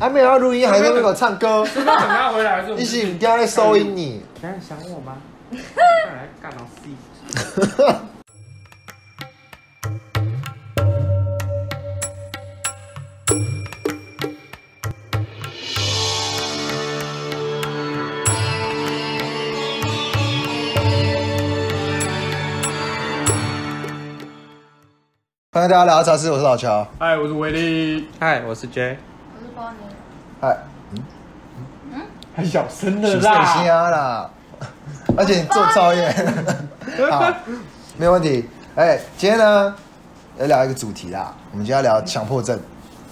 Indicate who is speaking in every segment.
Speaker 1: 还没有要录音，还在那边唱 歌，
Speaker 2: 是不是等他回来还是我们
Speaker 1: 一起你掉在收音你。
Speaker 2: 等一下想我吗？再来干老师。
Speaker 1: 欢迎大家来到茶室，我是老乔。
Speaker 2: 嗨，我是维力。嗨，我是 J。
Speaker 3: 我是包年，
Speaker 1: 哎，
Speaker 2: 还小啊声
Speaker 1: 你
Speaker 2: 的
Speaker 1: 是虾啦，而且你做超 越，好，没问题。哎，今天呢要聊一个主题啦，我们今天要聊强迫症，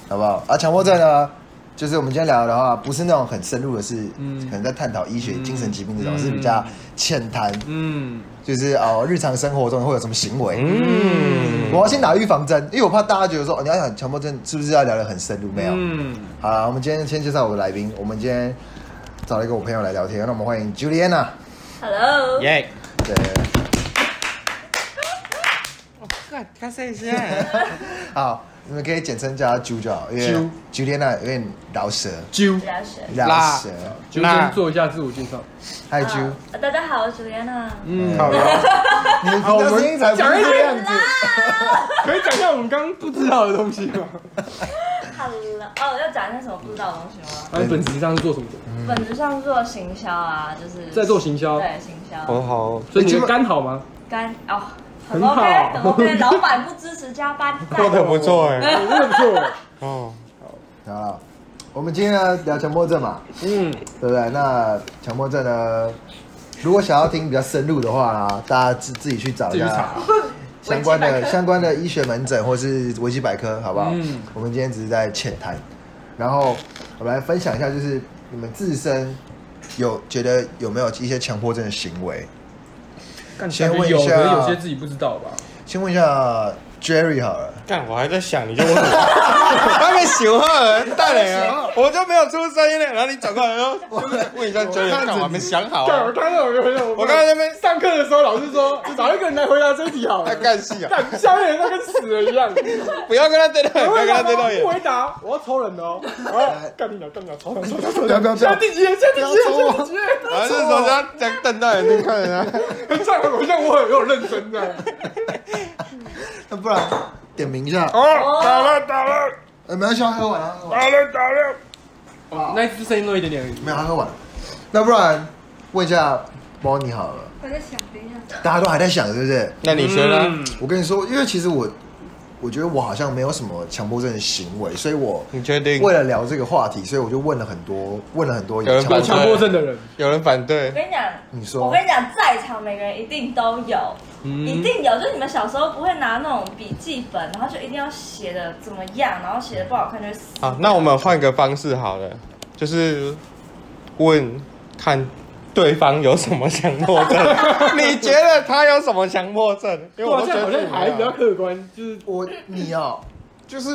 Speaker 1: 好不好？啊，强迫症呢，就是我们今天聊的话，不是那种很深入的是，
Speaker 2: 嗯
Speaker 1: 可能在探讨医学、精神疾病这种，
Speaker 2: 嗯
Speaker 1: 是比较浅谈，
Speaker 2: 嗯
Speaker 1: 就是哦日常生活中会有什么行为。
Speaker 2: 嗯
Speaker 1: 我要先打预防针，因为我怕大家觉得说，哦，你要讲强迫症是不是要聊得很深入？没有，
Speaker 2: 嗯，
Speaker 1: 好啦，我们今天先介绍我的来宾。我们今天找了一个我朋友来聊天，那我们欢迎 Juliana。
Speaker 3: Hello，
Speaker 2: 耶！
Speaker 1: 对，
Speaker 2: 我干，他谁是啊？
Speaker 1: 好，你们可以简称叫她 Ju 就好，因为
Speaker 2: Ju
Speaker 1: Juliana 有点饶舌，
Speaker 2: 啾
Speaker 3: 拉神。
Speaker 1: 饶舌。
Speaker 2: 啾，先做一下自我介绍。
Speaker 1: 嗨 Ju，
Speaker 3: 啊大家好，我是 Liana。
Speaker 2: 嗯，
Speaker 1: 好，你们
Speaker 2: 好
Speaker 1: 平常声音才不是这样子。
Speaker 2: 可以讲一下我们刚刚不知道的东西吗？
Speaker 3: Hello，哦，要讲一下什么不知道的东西吗？
Speaker 2: 那你哎本质上是做什么的？
Speaker 3: 本质上做行销啊，就是
Speaker 2: 在做行销。
Speaker 3: 对行销，
Speaker 4: 好好，
Speaker 2: 所以你的肝好吗？
Speaker 3: 干哦，很
Speaker 2: 很好
Speaker 3: OK，很 OK，老板不支持加班，
Speaker 4: 过得不错哎。
Speaker 2: 我真的不错。
Speaker 4: 哦，
Speaker 1: 好了，我们今天呢聊强迫症嘛，
Speaker 2: 嗯，
Speaker 1: 对不对？那强迫症呢，如果想要听比较深入的话啊，大家自自己去找
Speaker 2: 自
Speaker 1: 一
Speaker 2: 己去
Speaker 1: 下
Speaker 2: 查。。
Speaker 1: 相关
Speaker 3: 维基
Speaker 1: 的
Speaker 3: 百科
Speaker 1: 相关的医学门诊或是维基百科，好不好？
Speaker 2: 嗯
Speaker 1: 我们今天只是在浅谈，然后我们来分享一下，就是你们自身有觉得有没有一些强迫症的行为？
Speaker 2: 干
Speaker 1: 先
Speaker 2: 感觉
Speaker 1: 问一
Speaker 2: 有，可
Speaker 1: 下
Speaker 2: 能有些自己不知道吧。
Speaker 1: 先问一下 Jerry 好了，
Speaker 4: 干，我还在想，你就问我， 他们喜欢人带 人啊，我就没有出声音了。然后你转过来说，问一下 j e
Speaker 1: 看着你
Speaker 4: r 干，我还没想好
Speaker 2: 对，我
Speaker 4: 啊。
Speaker 2: 刚刚有回答我
Speaker 4: 我刚才那边
Speaker 2: 上课的时候，老师说找一个人来回答这一题好
Speaker 4: 在
Speaker 2: 了。
Speaker 4: 干戏啊，
Speaker 2: 哎干，下面人都跟死了一样。不
Speaker 4: 不要跟他对到眼，不要
Speaker 2: 回
Speaker 4: 跟
Speaker 2: 答
Speaker 4: 他对
Speaker 2: 吗
Speaker 4: 到？
Speaker 2: 不
Speaker 4: 眼。
Speaker 2: 回答，我要抽人 的哦。啊，干你娘，干你娘，抽人，抽人，抽
Speaker 1: 不要不要
Speaker 2: 人。
Speaker 1: 不要
Speaker 2: 下第几页？下第几
Speaker 1: 不要
Speaker 2: 页？
Speaker 1: 抽
Speaker 2: 下
Speaker 1: 我
Speaker 2: 第几页？
Speaker 4: 然后就是说他在瞪到眼睛看人啊家，
Speaker 2: 哎很像我像我很有认真这样。
Speaker 1: 那不然点名一下，
Speaker 4: 哦，打了打了
Speaker 1: 呃，没关系，他喝完了，他喝完了，
Speaker 4: 打了打了，
Speaker 2: 哦，那一次声音都一点点而已。
Speaker 1: 没有他喝完了，那不然问一下 Bonnie 好了，
Speaker 3: 我在想，等一下，
Speaker 1: 大家都还在想是不是？
Speaker 4: 那你学了？
Speaker 2: 嗯
Speaker 1: 我跟你说，因为其实我我觉得我好像没有什么强迫症的行为，所以我
Speaker 4: 你确定？
Speaker 1: 为了聊这个话题，所以我就问了很多，问了很多
Speaker 4: 有人
Speaker 2: 有
Speaker 4: 把
Speaker 2: 强迫症的人，
Speaker 4: 有人反对
Speaker 3: 我，跟你讲，
Speaker 1: 你说
Speaker 3: 我跟你讲，在场每个人一定都有，
Speaker 2: 嗯
Speaker 3: 一定有。就是你们小时候不会拿那种笔记本，然后就一定要写的怎么样，然后写的不好看就会死。
Speaker 4: 好，啊那我们换个方式好了，就是问看对方有什么强迫 症，你觉得他有什么强迫症？因为我
Speaker 2: 哇，啊
Speaker 4: 都
Speaker 2: 这
Speaker 4: 觉
Speaker 2: 样
Speaker 4: 得
Speaker 2: 好像还比较客观，就是
Speaker 1: 我你哦，就是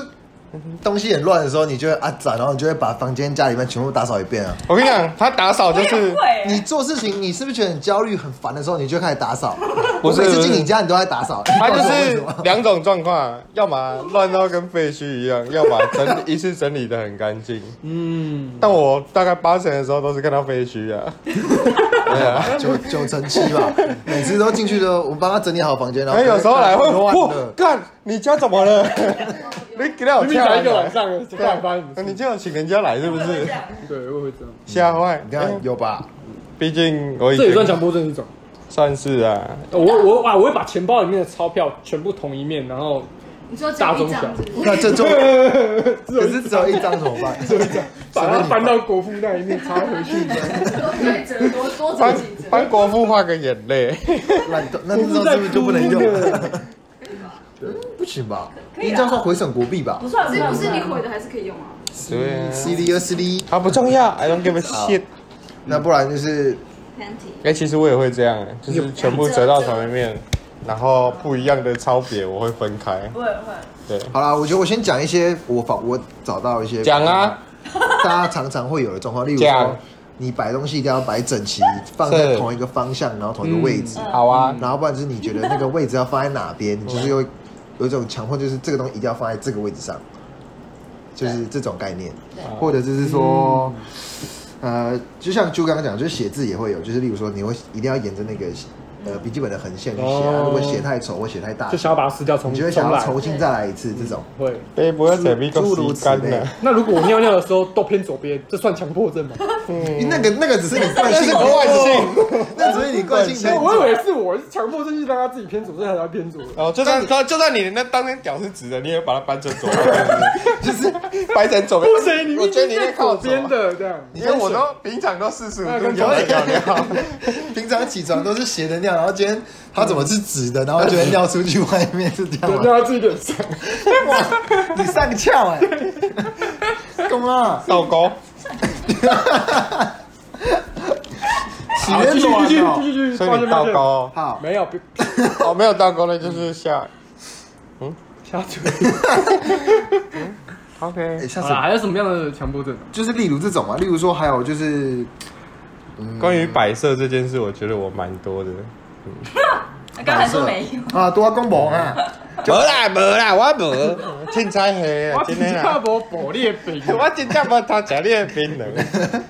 Speaker 1: 东西很乱的时候，你就会啊杂，然后你就会把房间家里面全部打扫一遍啊。
Speaker 4: 我跟你讲，他打扫
Speaker 3: 我
Speaker 4: 就
Speaker 3: 也
Speaker 4: 是
Speaker 3: 会，
Speaker 1: 你做事情，你是不是觉得很焦虑、很烦的时候，你就开始打扫？
Speaker 4: 不是
Speaker 1: 我每次进你家，你都在打扫。
Speaker 4: 他就
Speaker 1: 你
Speaker 4: 是
Speaker 1: 知道为什么吗
Speaker 4: 两种状况，要么乱到跟废墟 一样，要么整理一次整理的很干净。
Speaker 2: 嗯，
Speaker 4: 但我大概八成的时候都是看到废 墟啊，对啊。
Speaker 1: 九九成七 吧，每次都进去的，我帮他整理好房间，然
Speaker 4: 然
Speaker 1: 后
Speaker 4: 后哎有时候来会，
Speaker 1: 都乱
Speaker 4: 我
Speaker 1: 了。
Speaker 4: 干，你家怎么了？ 你给他有啊
Speaker 2: 明明
Speaker 4: 跳
Speaker 2: 才
Speaker 4: 来
Speaker 2: 一个晚
Speaker 4: 的，
Speaker 2: 上，突然发现什么
Speaker 4: 那你
Speaker 2: 事？
Speaker 4: 就要请人家来是不
Speaker 3: 会不会
Speaker 4: 是
Speaker 3: 这？样？
Speaker 2: 对，我也会这样。
Speaker 4: 吓坏，
Speaker 1: 你
Speaker 4: 哎
Speaker 1: 看有吧？
Speaker 4: 毕竟我已
Speaker 2: 这也算强
Speaker 4: 经
Speaker 2: 迫症一种。
Speaker 4: 算是啊，
Speaker 2: 我我哇，我会把钱包里面的钞票全部同一面，然后
Speaker 5: 你说只
Speaker 2: 大
Speaker 5: 有
Speaker 2: 中
Speaker 5: 一
Speaker 2: 小
Speaker 5: 张是不是？
Speaker 1: 那这就可
Speaker 2: 可
Speaker 1: 是只有一张怎么办？
Speaker 2: 把它搬到国父那一面 插回去。
Speaker 5: 多可以折多多折
Speaker 4: 帮
Speaker 5: 几折。
Speaker 4: 帮国父画个眼泪，
Speaker 1: 懒惰，那那时候是不是就不能用
Speaker 2: 不是 在哭
Speaker 1: 了？不行吧？
Speaker 3: 可以
Speaker 1: 应
Speaker 3: 啊
Speaker 1: 该算回省国币吧
Speaker 3: 不算，
Speaker 5: 这
Speaker 3: 算
Speaker 5: 不是
Speaker 3: 算
Speaker 5: 你毁的还是可以用啊？
Speaker 4: 对啊，
Speaker 1: ？CD 二 CD，
Speaker 4: 啊不重要，I don't give a
Speaker 1: 好
Speaker 4: shit。
Speaker 1: 那不然就是
Speaker 4: 哎，其实我也会这样，就是全部折到同一面，然后不一样的抄别我会分开，
Speaker 3: 不会不会。
Speaker 4: 对，
Speaker 1: 好啦，我觉得我先讲一些我仿我找到一些
Speaker 4: 讲啊，
Speaker 1: 大家常常会有的状况，例如说
Speaker 4: 讲
Speaker 1: 你摆东西一定要摆整齐，放在
Speaker 4: 是
Speaker 1: 同一个方向，然后同一个位置，
Speaker 4: 好啊，
Speaker 1: 然后不然就是你觉得那个位置要放在哪边，你就是有有一种强迫，就是这个东西一定要放在这个位置上，就是这种概念，
Speaker 3: 对
Speaker 1: 或者就是说，呃，就像就刚刚讲，就是写字也会有，就是例如说，你会一定要沿着那个呃笔记本的横线去写啊，
Speaker 2: 哦
Speaker 1: 如果写太丑或写太大
Speaker 2: 就，想要把它撕掉，重
Speaker 1: 你就
Speaker 2: 重
Speaker 1: 会想要
Speaker 2: 来。
Speaker 1: 重新再来一次这种。
Speaker 2: 会。
Speaker 4: 对，不会准备
Speaker 1: 诸如
Speaker 4: 个
Speaker 1: 此
Speaker 4: 吸干
Speaker 1: 类
Speaker 4: 的，
Speaker 2: 那如果我尿尿的时候都偏左边，这算强迫症吗？
Speaker 1: 那个那个只是你惯
Speaker 4: 但
Speaker 1: 性
Speaker 4: 是
Speaker 1: 的，
Speaker 4: 国外性。
Speaker 1: 那只是你惯性的。
Speaker 2: 我以为是我是强迫症，就是让他自己偏左，所以才要偏左。
Speaker 4: 哦，就算就算你那当天屌是直的，你也把它掰成左边，就是掰成左边。
Speaker 2: 不行，你
Speaker 4: 我
Speaker 2: 明
Speaker 4: 觉得你
Speaker 2: 明
Speaker 4: 应该
Speaker 2: 在左
Speaker 4: 靠左
Speaker 2: 边，的这样。
Speaker 4: 因为我都平常都四十五
Speaker 2: 那
Speaker 4: 度
Speaker 2: 跟
Speaker 4: 左
Speaker 2: 左
Speaker 4: 右
Speaker 2: 边
Speaker 4: 尿尿，
Speaker 1: 平常起床都是斜着尿，然后今天他怎么是直的，然后就会尿出去外面，是这
Speaker 2: 对，啊
Speaker 1: 样吗？
Speaker 2: 让他自己脸上。
Speaker 1: 哇，你上翘哎、干嘛？
Speaker 4: 倒钩。
Speaker 1: 洗
Speaker 2: 好，继
Speaker 1: 得
Speaker 2: 续
Speaker 1: 短
Speaker 2: 继续
Speaker 1: 哦
Speaker 2: 继续继续，
Speaker 4: 所
Speaker 2: 抱
Speaker 4: 以你
Speaker 2: 歉
Speaker 4: 倒
Speaker 2: 抱歉。
Speaker 4: 钩哦，
Speaker 1: 好，
Speaker 2: 没有，不
Speaker 4: 哦，没有倒钩那就是下。
Speaker 2: 瞎扯。
Speaker 1: 哎、
Speaker 4: OK，
Speaker 1: 下
Speaker 2: 好
Speaker 1: 次
Speaker 2: 啦，还有什么样的强迫症？
Speaker 1: 就是例如这种啊，例如说还有就是
Speaker 4: 关于摆设这件事，我觉得我蛮多的。
Speaker 3: 刚才说没有，
Speaker 1: 啊，多公博啊，
Speaker 4: 无啦无啦，我无，凊彩黑啊，
Speaker 2: 我
Speaker 4: 真
Speaker 2: 真
Speaker 4: 的
Speaker 2: 的
Speaker 4: 啦，
Speaker 2: 无爆裂饼。
Speaker 4: 我真正无偷食你的槟榔。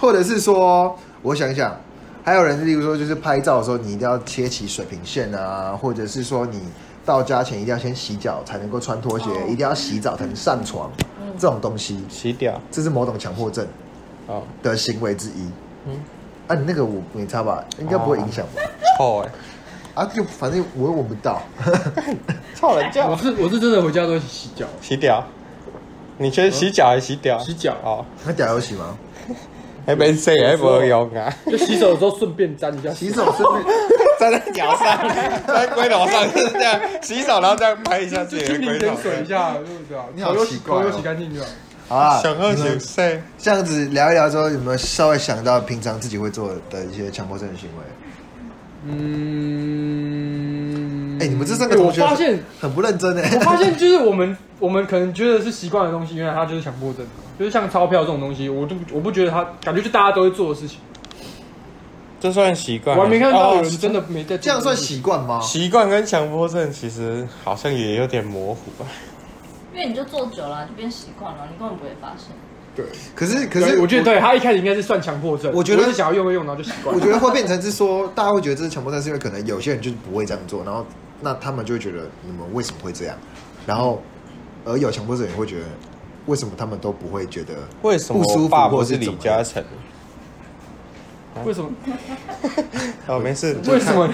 Speaker 1: 或者是说，我想想，还有人例如说就是拍照的时候，你一定要切起水平线啊，或者是说你到家前一定要先洗脚才能够穿拖
Speaker 3: 哦
Speaker 1: 鞋，一定要洗澡才能上床，这种东西，
Speaker 4: 洗掉
Speaker 1: 这是某种强迫症
Speaker 4: 哦，
Speaker 1: 的行为之一。
Speaker 4: 嗯
Speaker 1: 啊，你那个我没差吧？应该不会影响吧？
Speaker 4: 臭哎，
Speaker 1: 啊，就反正我又闻不到。
Speaker 4: 臭人
Speaker 2: 我
Speaker 4: 家
Speaker 2: 是我是真的回家都洗脚，
Speaker 4: 洗掉。你觉得洗脚还嗯是洗掉？
Speaker 2: 洗脚
Speaker 4: 哦，
Speaker 1: 那屌有洗吗？
Speaker 4: 还没洗，还没用啊，
Speaker 2: 就洗手的时候顺便沾一下。
Speaker 1: 洗手是 不是？
Speaker 4: 站 在脚 上，在龟头上就是这样洗手，然后这样拍一下自
Speaker 2: 就去
Speaker 4: 己的
Speaker 2: 淋
Speaker 4: 龟
Speaker 2: 点
Speaker 4: 头。
Speaker 2: 水一下，对不对啊？
Speaker 1: 你好
Speaker 2: 头又
Speaker 1: 奇怪哦
Speaker 2: 头又洗干净就好。
Speaker 1: 好啦，
Speaker 4: 想二
Speaker 1: 你
Speaker 4: 想
Speaker 1: 们
Speaker 4: 三，
Speaker 1: 这样子聊一聊之后，有没有稍微想到平常自己会做的一些强迫症的行为？
Speaker 2: 嗯
Speaker 1: 哎、你们这三个同学
Speaker 2: 我发现，
Speaker 1: 很不认真哎、
Speaker 2: 我发现就是我们，我们可能觉得是习惯的东西，原来它就是强迫症，就是像钞票这种东西，我都不我不觉得它，感觉就大家都会做的事情，
Speaker 4: 这算习
Speaker 2: 我
Speaker 4: 惯。
Speaker 2: 还没看到有人
Speaker 4: 哦
Speaker 2: 真的没在做
Speaker 1: 这样算
Speaker 2: 事情
Speaker 1: 习惯吗？
Speaker 4: 习惯跟强迫症其实好像也有点模糊吧。
Speaker 3: 因为你就坐久了，就变习惯了，你根本不会发现。
Speaker 1: 可是可
Speaker 2: 对
Speaker 1: 是
Speaker 2: 我觉得对他一开始应该是算强迫症，
Speaker 1: 我觉得
Speaker 2: 是想要用就用，然后就习惯
Speaker 1: 我
Speaker 2: 了。
Speaker 1: 觉得会变成是说，大家会觉得这是强迫症，是因为可能有些人就是不会这样做，然后那他们就会觉得你们为什么会这样，然后而有强迫症也会觉得为什么他们都不会觉得
Speaker 4: 为什么
Speaker 1: 不舒
Speaker 4: 我
Speaker 1: 服
Speaker 4: 爸
Speaker 1: 或
Speaker 4: 不
Speaker 1: 是
Speaker 4: 是
Speaker 1: 怎
Speaker 4: 李
Speaker 1: 么
Speaker 4: 嘉
Speaker 1: 样？
Speaker 4: 诚？
Speaker 2: 为什么？
Speaker 4: 哦，没事。
Speaker 2: 为什么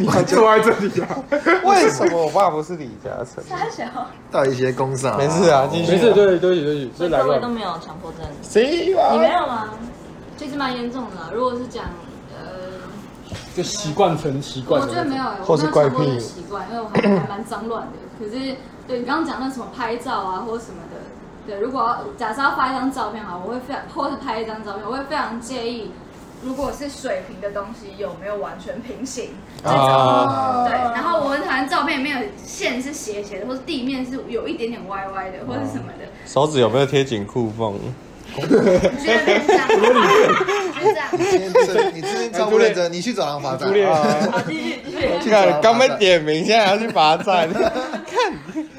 Speaker 2: 你还坐在这 里啊？
Speaker 4: 为什么我爸不是李嘉诚？
Speaker 3: 他小，
Speaker 1: 到一些工伤、哦
Speaker 4: 没事啊继续
Speaker 2: 没事，对对对对，所
Speaker 3: 所以
Speaker 2: 以来
Speaker 3: 各
Speaker 2: 吧
Speaker 3: 位都。没有强迫症，
Speaker 4: 谁
Speaker 3: 哦
Speaker 5: 你没
Speaker 4: 啊？
Speaker 5: 有吗？其实蛮严重的啦。如果是讲，呃，
Speaker 2: 就习惯成习惯
Speaker 5: 我
Speaker 2: 了。
Speaker 5: 觉得没有、欸，
Speaker 4: 或
Speaker 5: 我
Speaker 4: 是
Speaker 5: 没有
Speaker 4: 怪
Speaker 5: 强迫
Speaker 4: 癖
Speaker 5: 症习惯，因为我还还蛮脏乱的。可是，对你刚刚讲那什么拍照啊，或什么的，对，如果要假设要发一张照片好，我会非常，或是拍一张照片，我会非常介意，如果是水平的东西有没有完全平行，
Speaker 4: 啊
Speaker 5: 对，然后我很讨厌照片里面有线是斜斜的，或者地面是有一点点歪
Speaker 4: 啊
Speaker 5: 歪的，或者什么的，
Speaker 4: 手指有没有贴紧裤缝？
Speaker 5: 你觉得变这样，就这样。
Speaker 1: 你这边你这边照顾认真，你去走廊罚站
Speaker 2: 朱。烈
Speaker 3: 好，继续继续。
Speaker 4: 这个刚被点名，现在还要去罚站。
Speaker 5: 等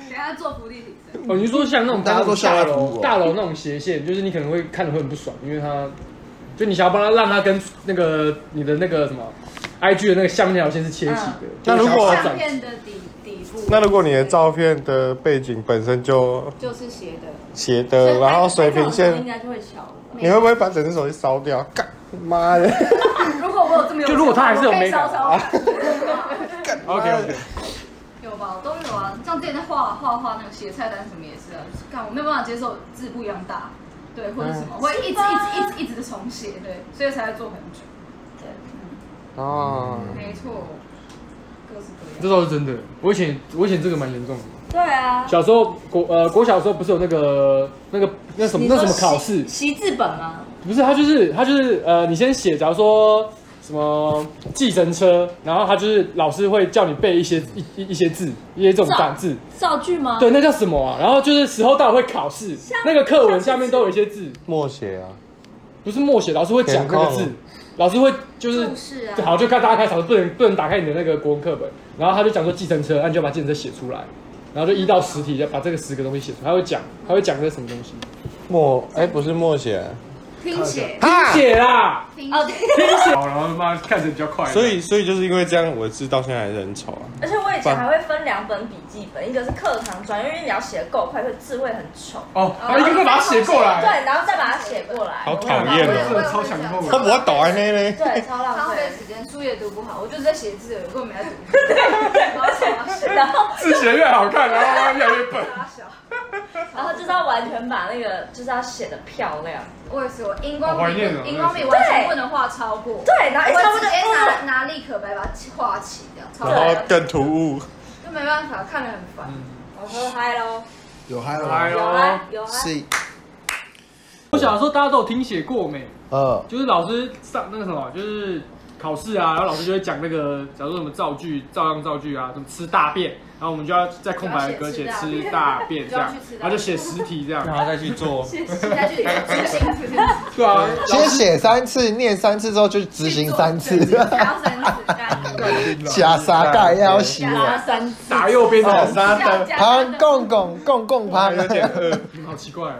Speaker 5: 下做伏地挺身，
Speaker 2: 哦，你是说像那种
Speaker 1: 大家都笑
Speaker 2: 大
Speaker 1: 他服
Speaker 2: 楼
Speaker 1: 我
Speaker 2: 大楼那种斜线，就是你可能会看的会很不爽，因为它就你想要帮他让他跟那个你的那个什么 IG 的那个下面那条线是切齐的。
Speaker 3: 嗯
Speaker 4: 那如果
Speaker 5: 相片的底底部。
Speaker 4: 那如果你的照片的背景本身就
Speaker 5: 就是斜的，
Speaker 4: 斜的，然后水平
Speaker 3: 那这种应
Speaker 4: 线，
Speaker 3: 该就会巧了。
Speaker 4: 你会不会把整只手机烧掉？干妈的！
Speaker 5: 如果我有这么有，
Speaker 2: 就如果他还是有
Speaker 5: 我可以
Speaker 2: 美感
Speaker 5: 稍稍看
Speaker 2: OK OK，
Speaker 5: 有吧，我都有啊。像之前在画画画那个写菜单什么也是啊，就是看我没有办法接受字不一样大，对，或者什么，我会一直一直一直一直重写，对，所以才要做很久。
Speaker 4: 哦，
Speaker 5: 没错，各式各样。
Speaker 2: 这倒是真的。我以前我以前这个蛮严重的。
Speaker 3: 对啊，
Speaker 2: 小时候国呃国小的时候不是有那个那个那什么
Speaker 3: 你
Speaker 2: 那
Speaker 3: 说
Speaker 2: 什么考试
Speaker 3: 习？习字本吗？
Speaker 2: 不是，他就是他就是呃，你先写，假如说什么计程车，然后他就是老师会叫你背一些一一一些字，一些这种
Speaker 3: 啊
Speaker 2: 单字，
Speaker 3: 造句吗？
Speaker 2: 对，，那叫什么啊？然后就是时候到了会考试，那个课文下面都有一些字，
Speaker 4: 默写啊，
Speaker 2: 不是默写，老师会讲那个字
Speaker 4: 填空，
Speaker 2: 老师会就是
Speaker 5: 注释啊
Speaker 2: 好，就看大家开始不能不能打开你的那个国文课本，然后他就讲说计程车，那你就把计程车写出来，然后就一到十题，就把这个十个东西写出来。他会讲，他会讲这是什么东西，
Speaker 4: 默哎、不是默写，
Speaker 5: 拼写，
Speaker 4: 啊
Speaker 2: 写啦，
Speaker 5: 拼
Speaker 3: 哦，
Speaker 5: 写，
Speaker 3: 对，
Speaker 2: 好，然后他妈看着比较快乐
Speaker 4: 所以所以就是因为这样，我字到现在还是很丑啊。
Speaker 3: 而且我以前还会分两本笔记本，一个是课堂专，因为你要写的够快，所以字会很丑。
Speaker 2: 哦，他一个字把它写过来，
Speaker 3: 对，然后再把它写过来。
Speaker 4: 好讨厌哦
Speaker 2: 真的超强迫
Speaker 4: 他不会抖安呢嘞，
Speaker 3: 对，超浪
Speaker 5: 浪
Speaker 3: 费
Speaker 5: 费。时间，书也读不好，我就是在写字，我根本没在读书。
Speaker 3: 然后，
Speaker 2: 字写得越好看，然后越来越笨。
Speaker 5: 傻小，
Speaker 3: 然后就是要完全把那个就是要写的漂亮。
Speaker 5: 我也是，我荧光
Speaker 2: 好怀
Speaker 5: 笔
Speaker 2: 念哦，
Speaker 5: 荧光笔完全不能画超过，
Speaker 3: 对，然后一
Speaker 5: 我
Speaker 3: 哎差不
Speaker 5: 直
Speaker 3: 多哦
Speaker 5: 接
Speaker 3: 就
Speaker 5: 拿拿立可白把它画起掉，超
Speaker 4: 然后更突兀。
Speaker 5: 就没办法，看得很烦。
Speaker 4: 嗯
Speaker 3: 我说嗨喽，
Speaker 1: 有嗨了
Speaker 2: 嗨
Speaker 1: 吗？
Speaker 2: 喽
Speaker 3: 有啊有啊，
Speaker 1: 是，
Speaker 2: 我小时候大家都有听写过没？
Speaker 1: 呃，
Speaker 2: 就是老师上那个什么，就是考试啊，然后老师就会讲那个，假如说什么造句、照样造句啊，什么吃大便，然后我们就要在空白的格写吃大便这样
Speaker 5: 就要去吃，大便
Speaker 2: 然后就写十题这样。
Speaker 4: 后再去做，
Speaker 5: 现在去执行，
Speaker 2: 对啊，
Speaker 1: 先写三次，念三次之后就执行三次，
Speaker 5: 加三次，干
Speaker 1: 假傻盖要洗
Speaker 3: 加
Speaker 1: 啊，
Speaker 3: 三次，
Speaker 2: 打右边
Speaker 4: 哦，
Speaker 2: 的，
Speaker 4: 沙灯，
Speaker 1: 潘公公公公潘，
Speaker 4: 有点饿，
Speaker 2: 好奇怪、哦。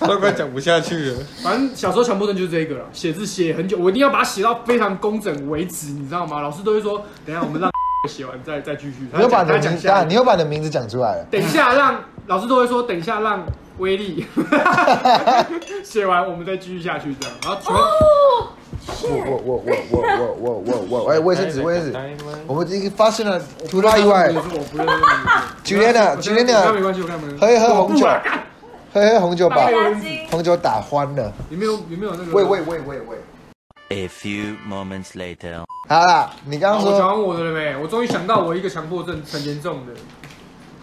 Speaker 4: 会不会讲不下去了？
Speaker 2: 反正小时候强迫症就是这个了，写字写很久，我一定要把它写到非常工整为止，你知道吗？老师都会说，等一下我们让 写完再再继续。
Speaker 1: 你又把
Speaker 2: 他
Speaker 1: 你的
Speaker 2: 讲他讲
Speaker 1: 名，
Speaker 2: 下
Speaker 1: 啊
Speaker 2: 一
Speaker 1: 你又把你的名字讲出来了，
Speaker 2: 等一下让老师都会说，等一下让 威力写完，我们再继续下去这样。然后请问
Speaker 1: 哦我我我我我我我我我，哎，卫生纸卫生纸，我们已经发生了突发意外
Speaker 2: 我，说我不认识
Speaker 1: Juliana，
Speaker 2: 我现
Speaker 1: Juliana
Speaker 2: 在我现在没关系，我看没关系。
Speaker 1: 喝一喝红酒
Speaker 2: 我不啊干
Speaker 1: 喝喝红酒把
Speaker 2: 哎
Speaker 3: 加金。
Speaker 1: 红酒打欢了，
Speaker 2: 有没有有没有那个？
Speaker 1: 喂喂喂喂喂，
Speaker 6: A few moments later.
Speaker 1: 好啦，你刚
Speaker 2: 好，
Speaker 1: 刚
Speaker 2: 我讲
Speaker 1: 说
Speaker 2: 完我的了没？我终于想到我一个强迫症很严重的，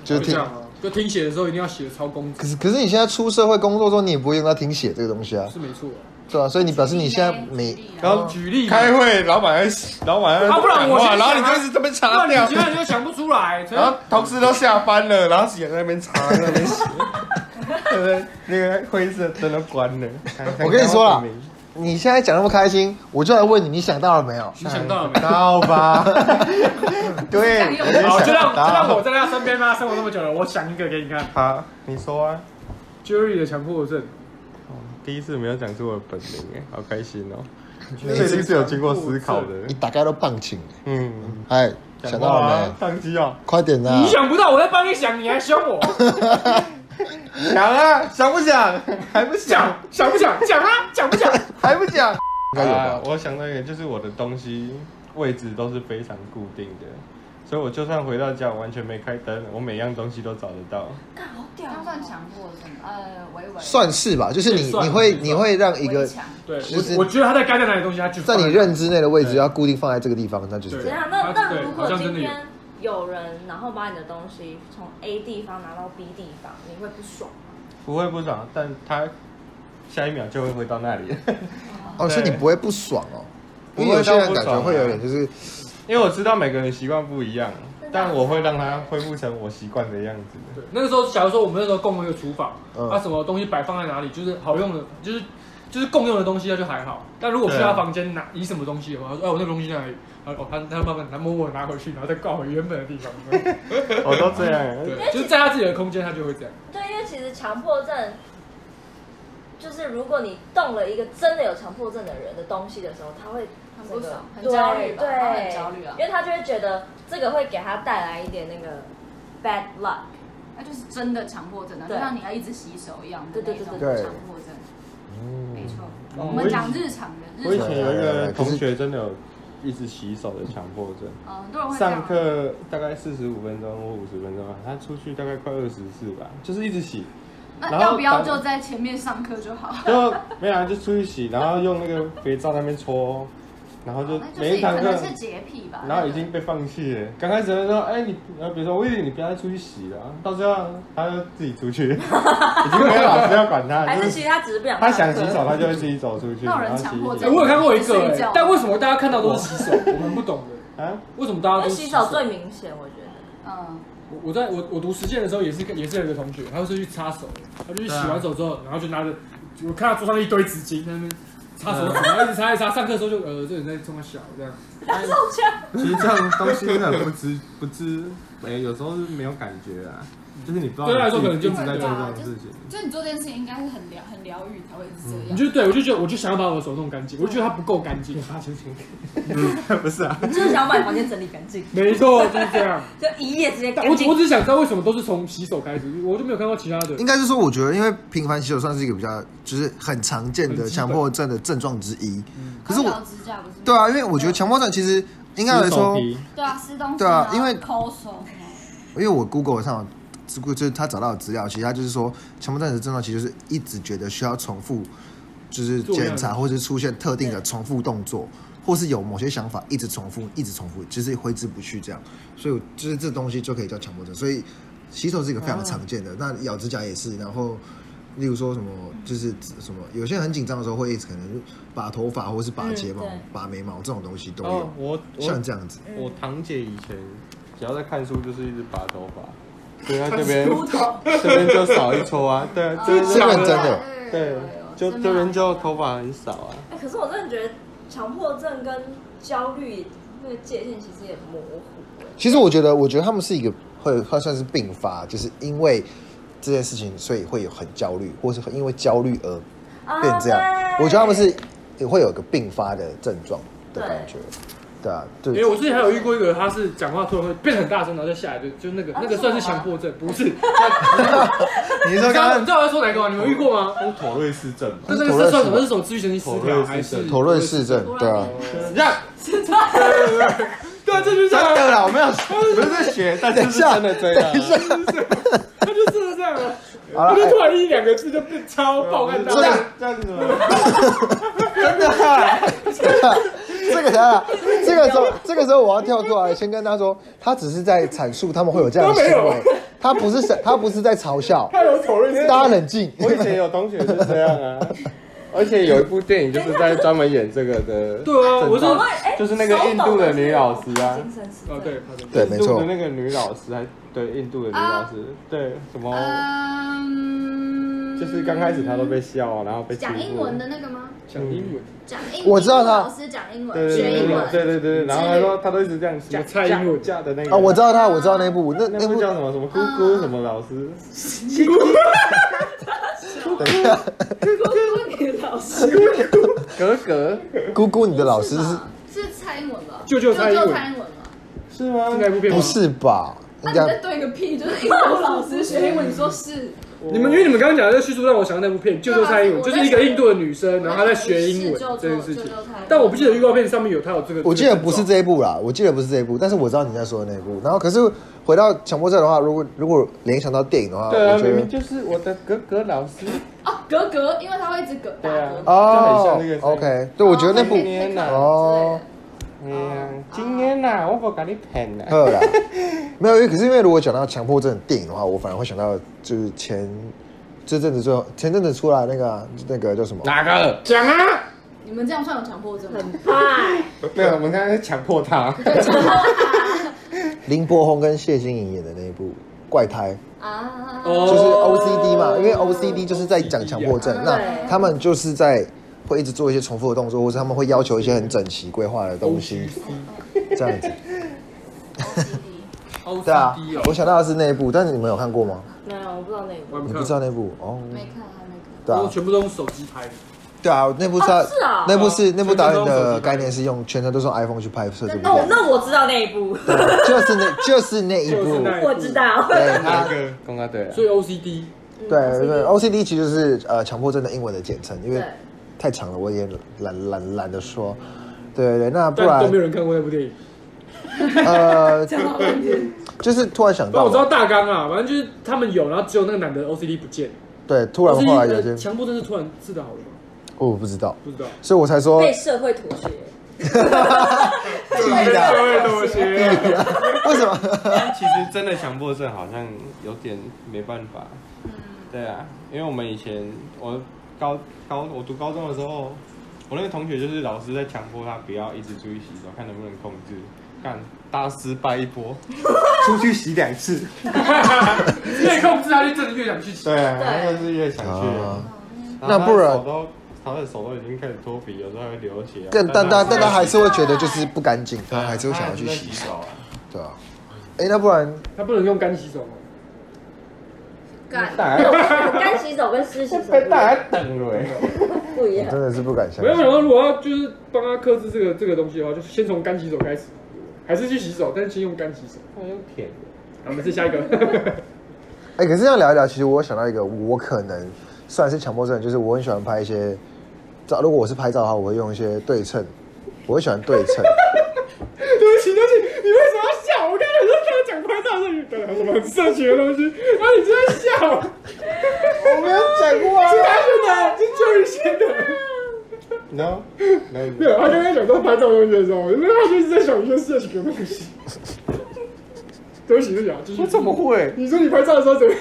Speaker 1: 就
Speaker 2: 这
Speaker 1: 听
Speaker 2: 样。哦，就听写的时候一定要写的超工整，
Speaker 1: 可是可是你现在出社会工作中，你也不会用到听写这个东西啊，
Speaker 2: 是没错啊。
Speaker 1: 对啊，所以你表示你现在没
Speaker 4: 然后
Speaker 2: 举例嘛
Speaker 4: 开会，老板在，老板在
Speaker 2: 啊不然我先
Speaker 4: 讲话
Speaker 2: 想
Speaker 4: 然
Speaker 2: 啊
Speaker 4: 后你就一直这边
Speaker 2: 不
Speaker 4: 擦
Speaker 2: 然
Speaker 4: 掉
Speaker 2: 你，现在就想不出来，所以
Speaker 4: 然后同事都下班了，然后自己在那边擦，在那边写，对不对？那个会议室的灯都关了。
Speaker 1: 我跟你说
Speaker 4: 哎
Speaker 1: 啦你现在讲那么开心，我就来问你，你想到了没有？
Speaker 2: 你想到了没？
Speaker 1: 到吧？对，
Speaker 5: 想用
Speaker 1: 我也
Speaker 2: 好，就让
Speaker 1: 想
Speaker 2: 就让我
Speaker 1: 到。
Speaker 2: 在他身边吧，生活那么久了，我想一个给你看。
Speaker 4: 好，你说啊。
Speaker 2: Jerry 的强迫症，
Speaker 4: 第一次没有讲出我的本名，哎，好开心哦！
Speaker 1: 每
Speaker 4: 这
Speaker 1: 次
Speaker 4: 一定是有经过思考的。
Speaker 1: 你打开都棒情，
Speaker 4: 嗯，
Speaker 1: 哎，想到了没
Speaker 4: 讲话啊？宕机哦，
Speaker 1: 快点啊
Speaker 2: 你！想不到，我在帮你想，你还凶我，
Speaker 4: 想啊，想不想？还不想？
Speaker 2: 讲想不讲？讲啊，讲不讲？
Speaker 4: 还不讲？
Speaker 1: 应该有
Speaker 4: 啊
Speaker 1: 吧？
Speaker 4: 我想到一个，就是我的东西位置都是非常固定的，所以我就算回到家，我完全没开灯，我每样东西都找得到。
Speaker 5: 刚
Speaker 3: 啊
Speaker 5: 算强迫症，呃，维维
Speaker 1: 算是吧，就是你
Speaker 2: 算
Speaker 1: 你会
Speaker 2: 算
Speaker 1: 你会让一个
Speaker 5: 强，
Speaker 2: 对，
Speaker 1: 就是
Speaker 2: 我我觉得他在该在哪里东西，他就
Speaker 1: 在
Speaker 2: 放
Speaker 1: 你认知内的位置
Speaker 2: 对
Speaker 1: 要固定放在这个地方，那就是
Speaker 2: 对
Speaker 1: 这
Speaker 3: 怎
Speaker 1: 样。
Speaker 3: 样？那
Speaker 2: 啊
Speaker 3: 那
Speaker 2: 对
Speaker 3: 如
Speaker 2: 好
Speaker 3: 果
Speaker 2: 像真
Speaker 3: 今
Speaker 2: 的有
Speaker 3: 天有人然后把你的东西从 A 地方拿到 B 地方，你会不爽吗？
Speaker 4: 不会不爽，但他下一秒就会回到那里，
Speaker 1: 哦，
Speaker 4: 对
Speaker 1: 所以你不会不爽哦。
Speaker 4: 不
Speaker 1: 因
Speaker 4: 会
Speaker 1: 为有些人
Speaker 4: 到不
Speaker 1: 感
Speaker 4: 爽
Speaker 1: 觉会有点
Speaker 4: 啊
Speaker 1: 就是
Speaker 4: 因为我知道每个人习惯不一样，但我会让他恢复成我习惯的样子。
Speaker 2: 对，那个时候，假如说我们那时候共用一个厨房，
Speaker 1: 嗯
Speaker 2: 他、什么东西摆放在哪里，就是好用的，就是就是共用的东西，那就还好。但如果去
Speaker 4: 对啊
Speaker 2: 他房间拿以什么东西的话，他说：“哎，我那个东西在哪里？”然后哦，他他慢慢拿默默地拿回去，然后再挂回原本的地方。
Speaker 1: 哦
Speaker 4: 我都这样，
Speaker 2: 对，就是在他自己的空间，他就会这样。
Speaker 3: 对，因为其实强迫症，就是如果你动了一个真的有强迫症的人的东西的时候，他会
Speaker 5: 很
Speaker 3: 这个
Speaker 5: 不爽，很
Speaker 3: 对
Speaker 5: 焦虑吧，
Speaker 3: 对，
Speaker 5: 他很焦虑啊
Speaker 3: 因，为他就会觉得这个会给他带来一点那个 bad luck。
Speaker 5: 那就是真的强迫症啊，就
Speaker 3: 对
Speaker 5: 像你要一直洗手一样的那
Speaker 3: 对
Speaker 5: 种
Speaker 3: 对
Speaker 1: 对对对
Speaker 5: 强迫症，没错。
Speaker 2: 哦
Speaker 5: 我们讲日常的，
Speaker 4: 嗯我以
Speaker 5: 日常
Speaker 4: 前
Speaker 5: 的，
Speaker 4: 有一个同学真的有一直洗手的强迫症。
Speaker 5: 呃，很多人会这样
Speaker 4: 上课大概四十五分钟或五十分钟吧，他出去大概快二十次吧，就是一直洗，
Speaker 5: 那
Speaker 4: 然后
Speaker 5: 要不要就在前面上课就好？
Speaker 4: 就没有、啊、就出去洗，然后用那个肥皂在那边搓，然后就
Speaker 5: 哦那就
Speaker 4: 每
Speaker 5: 是
Speaker 4: 一
Speaker 5: 可
Speaker 4: 堂课
Speaker 5: 能，是洁癖吧。
Speaker 4: 然后已经被放弃了。刚开始他说，哎、你呃，比如说我以为你不要再出去洗了，到最后他就自己出 去，已经没有老师要管他，
Speaker 3: 还
Speaker 4: 就是
Speaker 3: 其
Speaker 4: 是
Speaker 3: 实他只是不想上
Speaker 4: 他
Speaker 3: 课，
Speaker 4: 想洗手，他就会自己走出去，
Speaker 5: 那有人
Speaker 4: 然后洗
Speaker 5: 强
Speaker 4: 一
Speaker 5: 迫
Speaker 4: 洗
Speaker 2: 哎
Speaker 5: 症
Speaker 2: 我有看过一个、
Speaker 5: 睡
Speaker 2: 哎
Speaker 5: 觉
Speaker 2: 但为什么大家看到都是洗手？我蛮不懂的，
Speaker 4: 啊，
Speaker 2: 为什么大家
Speaker 3: 因
Speaker 2: 都
Speaker 3: 为
Speaker 2: 是
Speaker 3: 洗手最明显，我觉得。
Speaker 5: 嗯，
Speaker 2: 我我在我我读实践的时候也是也是有一个同学，他就是去擦手，他就去洗完手之后，然后就拿着，我看到桌上一堆纸巾在那边擦
Speaker 3: 嗯
Speaker 2: 手指，然后一直擦一直擦，上课的时候就呃这人在这么小这样，
Speaker 4: 其实这样东西很不知不知，没有时候是没有感觉啊。
Speaker 7: 就是你不知道
Speaker 2: 对他来说
Speaker 7: 你
Speaker 2: 可能就
Speaker 7: 一直在
Speaker 5: 对
Speaker 7: 做这
Speaker 5: 啊
Speaker 7: 种，
Speaker 5: 就是
Speaker 7: 事情。
Speaker 5: 就你做这件事情应该是很疗很疗愈才会是这
Speaker 2: 你
Speaker 5: 样。
Speaker 2: 就对我就觉得，我就想要把我的手弄干净，我就觉得它不够干净。
Speaker 3: 嗯
Speaker 7: 不是啊，
Speaker 3: 你就是想要把房间整理干净，
Speaker 2: 没错，就是这 样。
Speaker 3: 就一夜直接
Speaker 2: 但
Speaker 3: 干
Speaker 2: 我
Speaker 3: 净
Speaker 2: 我。只想知道为什么都是从洗手开始，我就没有看到其他的
Speaker 1: 应。该是说，我觉得因为频繁洗手算是一个比较就是很常见
Speaker 2: 很基
Speaker 1: 的
Speaker 2: 本嗯
Speaker 1: 强迫症的症状之一。可是
Speaker 5: 然
Speaker 1: 我
Speaker 5: 后咬指甲不是
Speaker 1: 对啊，因为我觉得强迫症其实应该来说，因
Speaker 5: 对啊，吃东西
Speaker 1: 对啊因为
Speaker 5: 然后抠手，
Speaker 1: 为我 Google 上有就是他找到的资料，其实他就是说强迫症的症状其实就是一直觉得需要重复，就是
Speaker 2: 做一样的
Speaker 1: 检查或是出现特定的重复动作，或是有某些想法一直重复，一直重复，就是挥之不去这样。所以我就是这东西就可以叫强迫症。所以洗手是一个非常常见的，那咬指甲也是，然后。例如说什么，就是什么，有些人很紧张的时候会一直可能拔头发，或是拔
Speaker 3: 嗯
Speaker 1: 睫毛、
Speaker 3: 对
Speaker 1: 拔眉毛这种东西都有，
Speaker 4: 哦，我
Speaker 1: 像
Speaker 4: 我
Speaker 1: 这样子。
Speaker 4: 我堂姐以前只要在看书，就是一直拔头发，所以她这边这边就少一撮啊，对啊，这边
Speaker 1: 是
Speaker 4: 就
Speaker 1: 认真的
Speaker 4: 对，就这边就头发很少啊。
Speaker 3: 哎、可是我真的觉得强迫症跟焦虑那个界限其实也模糊、哎
Speaker 1: 其实我觉得，我觉得他们是一个会会算是并发，就是因为这件事情，所以会有很焦虑，或是因为焦虑而
Speaker 3: 啊
Speaker 1: 变这样。
Speaker 3: 对
Speaker 1: 我觉得他们是也会有一个并发的症状的感觉，对啊，
Speaker 2: 因为
Speaker 1: 对。
Speaker 2: 我之前还有遇过一个，他是讲话突然会变很大声，然后就下来就就那个
Speaker 3: 啊
Speaker 2: 那个算是
Speaker 3: 是我吗
Speaker 2: 强迫症，不是？
Speaker 1: 你
Speaker 2: 你
Speaker 1: 是说
Speaker 2: 知
Speaker 1: 刚
Speaker 2: 道你
Speaker 1: 刚
Speaker 2: 知道我在说哪个吗？你们遇过吗？
Speaker 7: 那是妥瑞氏症嘛
Speaker 2: 那
Speaker 1: 是
Speaker 2: 那
Speaker 1: 妥
Speaker 2: 个
Speaker 1: 瑞氏
Speaker 2: 是算什么？是什么自律神经失
Speaker 4: 妥瑞
Speaker 2: 调
Speaker 4: 氏
Speaker 2: 还是
Speaker 4: 症
Speaker 1: 妥瑞氏症，对啊，
Speaker 2: 这样？对，啊这就是这
Speaker 1: 真
Speaker 2: 样，啊
Speaker 1: 的啦，我没有。
Speaker 4: 不是学，但是是真的这样
Speaker 1: 等一
Speaker 4: 啊。
Speaker 1: 下，
Speaker 2: 他就是这样了。
Speaker 1: 好了哎
Speaker 2: 我就突然一两个字就变超爆干大
Speaker 4: 啊这样这样子吗？
Speaker 1: 真的啊，真的啊 这个等一下，这个时候，这个时候我要跳出来，先跟他说，他只是在阐述他们会有这样的
Speaker 2: 都没有
Speaker 1: 行为，他不是在他不是在嘲笑，
Speaker 2: 他有否认性
Speaker 1: 大家冷 静。
Speaker 4: 我以前有同学是这样啊， 而且有一部电影就是在专门演这个的。
Speaker 2: 对啊，我是
Speaker 3: 手绘哎
Speaker 4: 就是那个印度的女老师啊
Speaker 3: 手抖的是精神失
Speaker 2: 啊，
Speaker 3: 症
Speaker 2: 对，他的
Speaker 1: 对，没
Speaker 4: 印度
Speaker 1: 错
Speaker 4: 的。那个女老师还对印度的女老师，对什么，
Speaker 5: 嗯，
Speaker 4: 就是刚开始她都被笑啊，然后被欺负
Speaker 5: 讲英文的那个吗？
Speaker 2: 讲英文，
Speaker 5: 讲英文，
Speaker 1: 我知道他
Speaker 5: 老师讲英
Speaker 4: 对
Speaker 5: 文，
Speaker 4: 对
Speaker 5: 学
Speaker 4: 对
Speaker 5: 英
Speaker 4: 对
Speaker 5: 文，
Speaker 4: 对对对，然后她说她都一直这样什么
Speaker 2: 蔡英文
Speaker 4: 嫁的那个呃
Speaker 1: 啊，我知道他，我知道那部，那
Speaker 4: 那
Speaker 1: 那
Speaker 4: 部
Speaker 1: 部
Speaker 4: 叫什么什么姑姑什么老师， 格格
Speaker 1: 姑姑你的老师是
Speaker 5: 吧是蔡英文吧？
Speaker 2: 舅舅蔡英文
Speaker 5: 舅舅蔡英文吧？
Speaker 4: 是吗
Speaker 2: 是？那部片吗
Speaker 1: 不？是吧？
Speaker 5: 那
Speaker 1: 应
Speaker 5: 你在
Speaker 1: 该
Speaker 5: 对个屁，就是英文老师学英文，你说是？
Speaker 2: 你们因为你们刚刚讲的这个叙述让我想到那部片《救救蔡英文》，
Speaker 5: 对
Speaker 2: 就
Speaker 5: 啊
Speaker 2: 是一个印度的女生，然后她在学英
Speaker 5: 是救
Speaker 2: 文这件事
Speaker 5: 救
Speaker 2: 情
Speaker 5: 救蔡英文。
Speaker 2: 但我不记得预告片上面有她有这个。
Speaker 1: 我记得不是
Speaker 2: 这个
Speaker 1: 这一部啦，我记得不是这一部，但是我知道你在说的那一部。然后可是回到强迫症的话，如果如果联想到电影的话，
Speaker 4: 对啊，
Speaker 1: 我觉
Speaker 4: 明
Speaker 1: 得
Speaker 4: 明就是我的格格老师，
Speaker 5: 哦，格格，因为他会一直格打
Speaker 4: 对啊
Speaker 5: 嗝。
Speaker 4: 就
Speaker 1: 哦
Speaker 4: 很像那个声音
Speaker 1: ，OK，对，我觉得那部
Speaker 5: 哦那个
Speaker 1: 哦，
Speaker 4: 哎呀，今天呐，我不跟你骗了。
Speaker 1: 二啦，没有，因为可是因为如果讲到强迫症的电影的话，我反而会想到就是前这阵子最后前阵子出来那个啊那个叫什么？
Speaker 4: 哪个？
Speaker 2: 状况讲啊，
Speaker 5: 你们这样算有强迫症吗？
Speaker 4: 没有，我们刚刚在强迫他。
Speaker 1: 林柏宏跟谢欣颖演的那一部《怪胎》。
Speaker 3: 啊，
Speaker 1: 就是 O
Speaker 2: 哦
Speaker 1: C D 嘛，因为 O C D 就是在讲强迫症，
Speaker 3: 嗯
Speaker 1: 那
Speaker 3: 对
Speaker 1: 他们就是在会一直做一些重复的动作，或者他们会要求一些很整齐规划的东西，
Speaker 3: 嗯
Speaker 1: 这样子。
Speaker 2: OCD
Speaker 1: 对啊
Speaker 2: 哦，
Speaker 1: 我想到的是那一部，但是你们有看过吗？
Speaker 3: 没有，啊我不知道那个。
Speaker 2: 我还没
Speaker 1: 你
Speaker 2: 看
Speaker 1: 不知道那部哦？
Speaker 5: 没看，还没看。
Speaker 1: 对
Speaker 2: 我
Speaker 1: 啊，
Speaker 2: 全部都用手机拍的。
Speaker 1: 对啊，那部是他
Speaker 3: 哦是啊
Speaker 1: 那部是
Speaker 2: 哦
Speaker 1: 那部导演
Speaker 2: 全程都用手
Speaker 1: 的
Speaker 2: 机拍
Speaker 1: 概念是用全程都是用 iPhone 去拍摄这部
Speaker 3: 哦，
Speaker 1: 片，
Speaker 3: 那我知道那一部，
Speaker 1: 对啊就是那就是那一
Speaker 2: 就是
Speaker 1: 部。
Speaker 2: 那一部
Speaker 3: 我知道。
Speaker 1: 对他，
Speaker 4: 哪个？刚刚
Speaker 1: 啊
Speaker 4: 对了
Speaker 1: 哎
Speaker 2: 所。以 OCD
Speaker 3: 嗯
Speaker 1: 对对，O C D 其实是呃强迫症的英文的简称，因为
Speaker 3: 对
Speaker 1: 太长了，我也懒懒懒得说。对对对，那不
Speaker 2: 但
Speaker 1: 然
Speaker 2: 都没有人看过那部电影。
Speaker 1: 呃， 就是突然想
Speaker 2: 但
Speaker 1: 到
Speaker 2: 我知道
Speaker 1: 嘛，
Speaker 2: 大纲啊，反正就是他们有，然后只有那个男的 OCD 不见。
Speaker 1: 对，突然后来有
Speaker 2: OCD
Speaker 1: 些哦
Speaker 2: 强迫症是突然治得好了吗？
Speaker 1: 我不知道，
Speaker 2: 不 知道。
Speaker 1: 所以我才说
Speaker 3: 被社会妥协，
Speaker 1: 屁啦，
Speaker 2: 会妥协。
Speaker 1: 为什么？
Speaker 4: 但其实真的强迫症好像有点没办法。对啊，因为我们以前我高高我读高中的时候，我那个同学就是老师在强迫他不要一直出去洗手，看能不能控制。干大失败一波，出去洗两次。
Speaker 2: 越控制他就真的越想去洗。
Speaker 4: 对啊，他就是越想去。
Speaker 1: 啊
Speaker 4: 然后
Speaker 1: 那
Speaker 4: 他
Speaker 1: 不
Speaker 4: 的
Speaker 1: 然
Speaker 4: 手都他的手都已经开始脱皮，有时候还会流血啊。
Speaker 1: 但但但但他还是会觉得
Speaker 5: 对
Speaker 1: 就是不干净，
Speaker 4: 对
Speaker 1: 他
Speaker 4: 啊
Speaker 1: 还是
Speaker 2: 哎
Speaker 1: 会想要去
Speaker 4: 他还是在
Speaker 1: 洗手，
Speaker 4: 洗手啊。
Speaker 1: 对啊。哎，那不然
Speaker 2: 他不能用干洗手吗？
Speaker 5: 干，
Speaker 4: 大
Speaker 3: 那
Speaker 4: 家
Speaker 3: 种干洗手跟湿洗手
Speaker 4: 被大家等了欸
Speaker 3: 不一样
Speaker 1: 真，的是不敢相
Speaker 2: 没有，我
Speaker 1: 信。
Speaker 2: 想说如果要就是帮他克制这个这个东西的话，就先从干洗手开始，还是去洗手，但是先用干洗手。
Speaker 4: 好像舔的，
Speaker 2: 好，我们是下一个。
Speaker 1: 哎、可是这样聊一聊，其实我想到一个，我可能算是强迫症，就是我很喜欢拍一些照。如果我是拍照的话，我会用一些对称，我会喜欢对称。
Speaker 2: 对不起，对不起，你为什么要笑？我刚才在讲拍照的时候，讲什么很色情的东西，然后你就在笑，
Speaker 1: 我没有讲过啊
Speaker 2: 是他去哪？是邱宇轩的。
Speaker 4: 然 后然后
Speaker 2: 对，他刚刚讲到拍照的东西的时候，因为他就是在想一些色情的东西。对不起，对不起啊，就是
Speaker 4: 我怎么？会？
Speaker 2: 你说你拍照的时候怎么？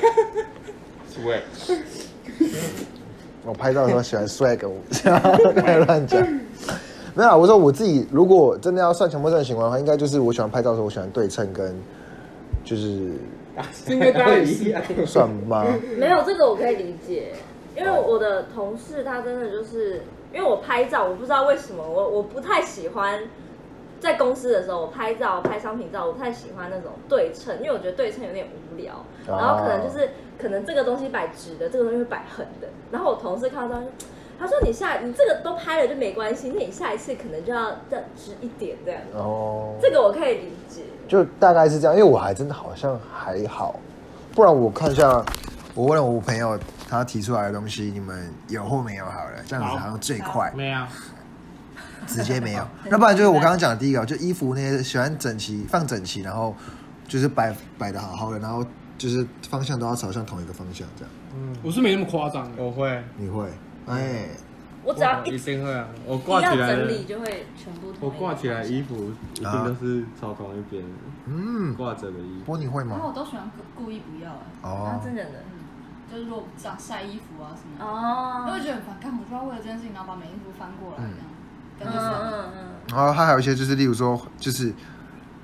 Speaker 4: 喂，
Speaker 1: 我拍照的时候喜欢 swag，我 在乱讲。没有啊，我说我自己如果真的要算强迫症的情况的话，应该就是我喜欢拍照的时候，我喜欢对称跟就是
Speaker 2: 这应该大家也是
Speaker 4: 一样。
Speaker 1: 算 吗？
Speaker 3: 没有这个我可以理解，因
Speaker 4: 哦
Speaker 3: 为我的同事他真的就是因为我拍照，我不知道为什么我我不太喜欢在公司的时候我拍照拍商品照，我不太喜欢那种对称，因为我觉得对称有点无聊，
Speaker 1: 哦
Speaker 3: 然后可能就是可能这个东西摆直的，这个东西会摆横的，然后我同事看到他说。他说：“你下你这个都拍了就没关系，那你下一次可能就要再直一点这样。
Speaker 1: 然后
Speaker 3: 这个我可以理解。
Speaker 1: 就大概是这样，因为我还真的好像还好，不然我看一下，我问了我朋友他提出来的东西，你们有或没有好了，这样子好像最快，
Speaker 7: 没有，
Speaker 1: 直接没有。那不然就是我刚刚讲的第一个，就衣服那些喜欢整齐放整齐，然后就是摆摆的好好的，然后就是方向都要朝向同一个方向，这样
Speaker 2: 我是没那么夸张的，
Speaker 7: 我会，
Speaker 1: 你会哎。
Speaker 3: 我只
Speaker 4: 哦
Speaker 3: 要一
Speaker 7: 一定会啊！我
Speaker 3: 一
Speaker 7: 挂
Speaker 3: 要
Speaker 7: 起来
Speaker 3: 整理
Speaker 7: 的，
Speaker 3: 就会全部
Speaker 4: 我
Speaker 3: 同一个
Speaker 4: 挂起来
Speaker 3: 方向
Speaker 4: 衣服一定都是朝同一边
Speaker 1: 嗯，
Speaker 4: 挂着的衣服。
Speaker 1: 波你会
Speaker 5: 然后
Speaker 1: 吗？
Speaker 5: 我都喜欢故意不要哎、
Speaker 3: 啊
Speaker 1: 哦，，
Speaker 3: 真的呢。
Speaker 5: 就是如果想晒衣服啊什么的，因为我
Speaker 3: 哦，
Speaker 5: 觉得很烦，干我就要为了这件事情，然后把每一幅翻过来
Speaker 1: 嗯
Speaker 3: 嗯
Speaker 5: 这样，感觉是很
Speaker 3: 嗯嗯，
Speaker 1: 然后它还有一些就是，例如说，就是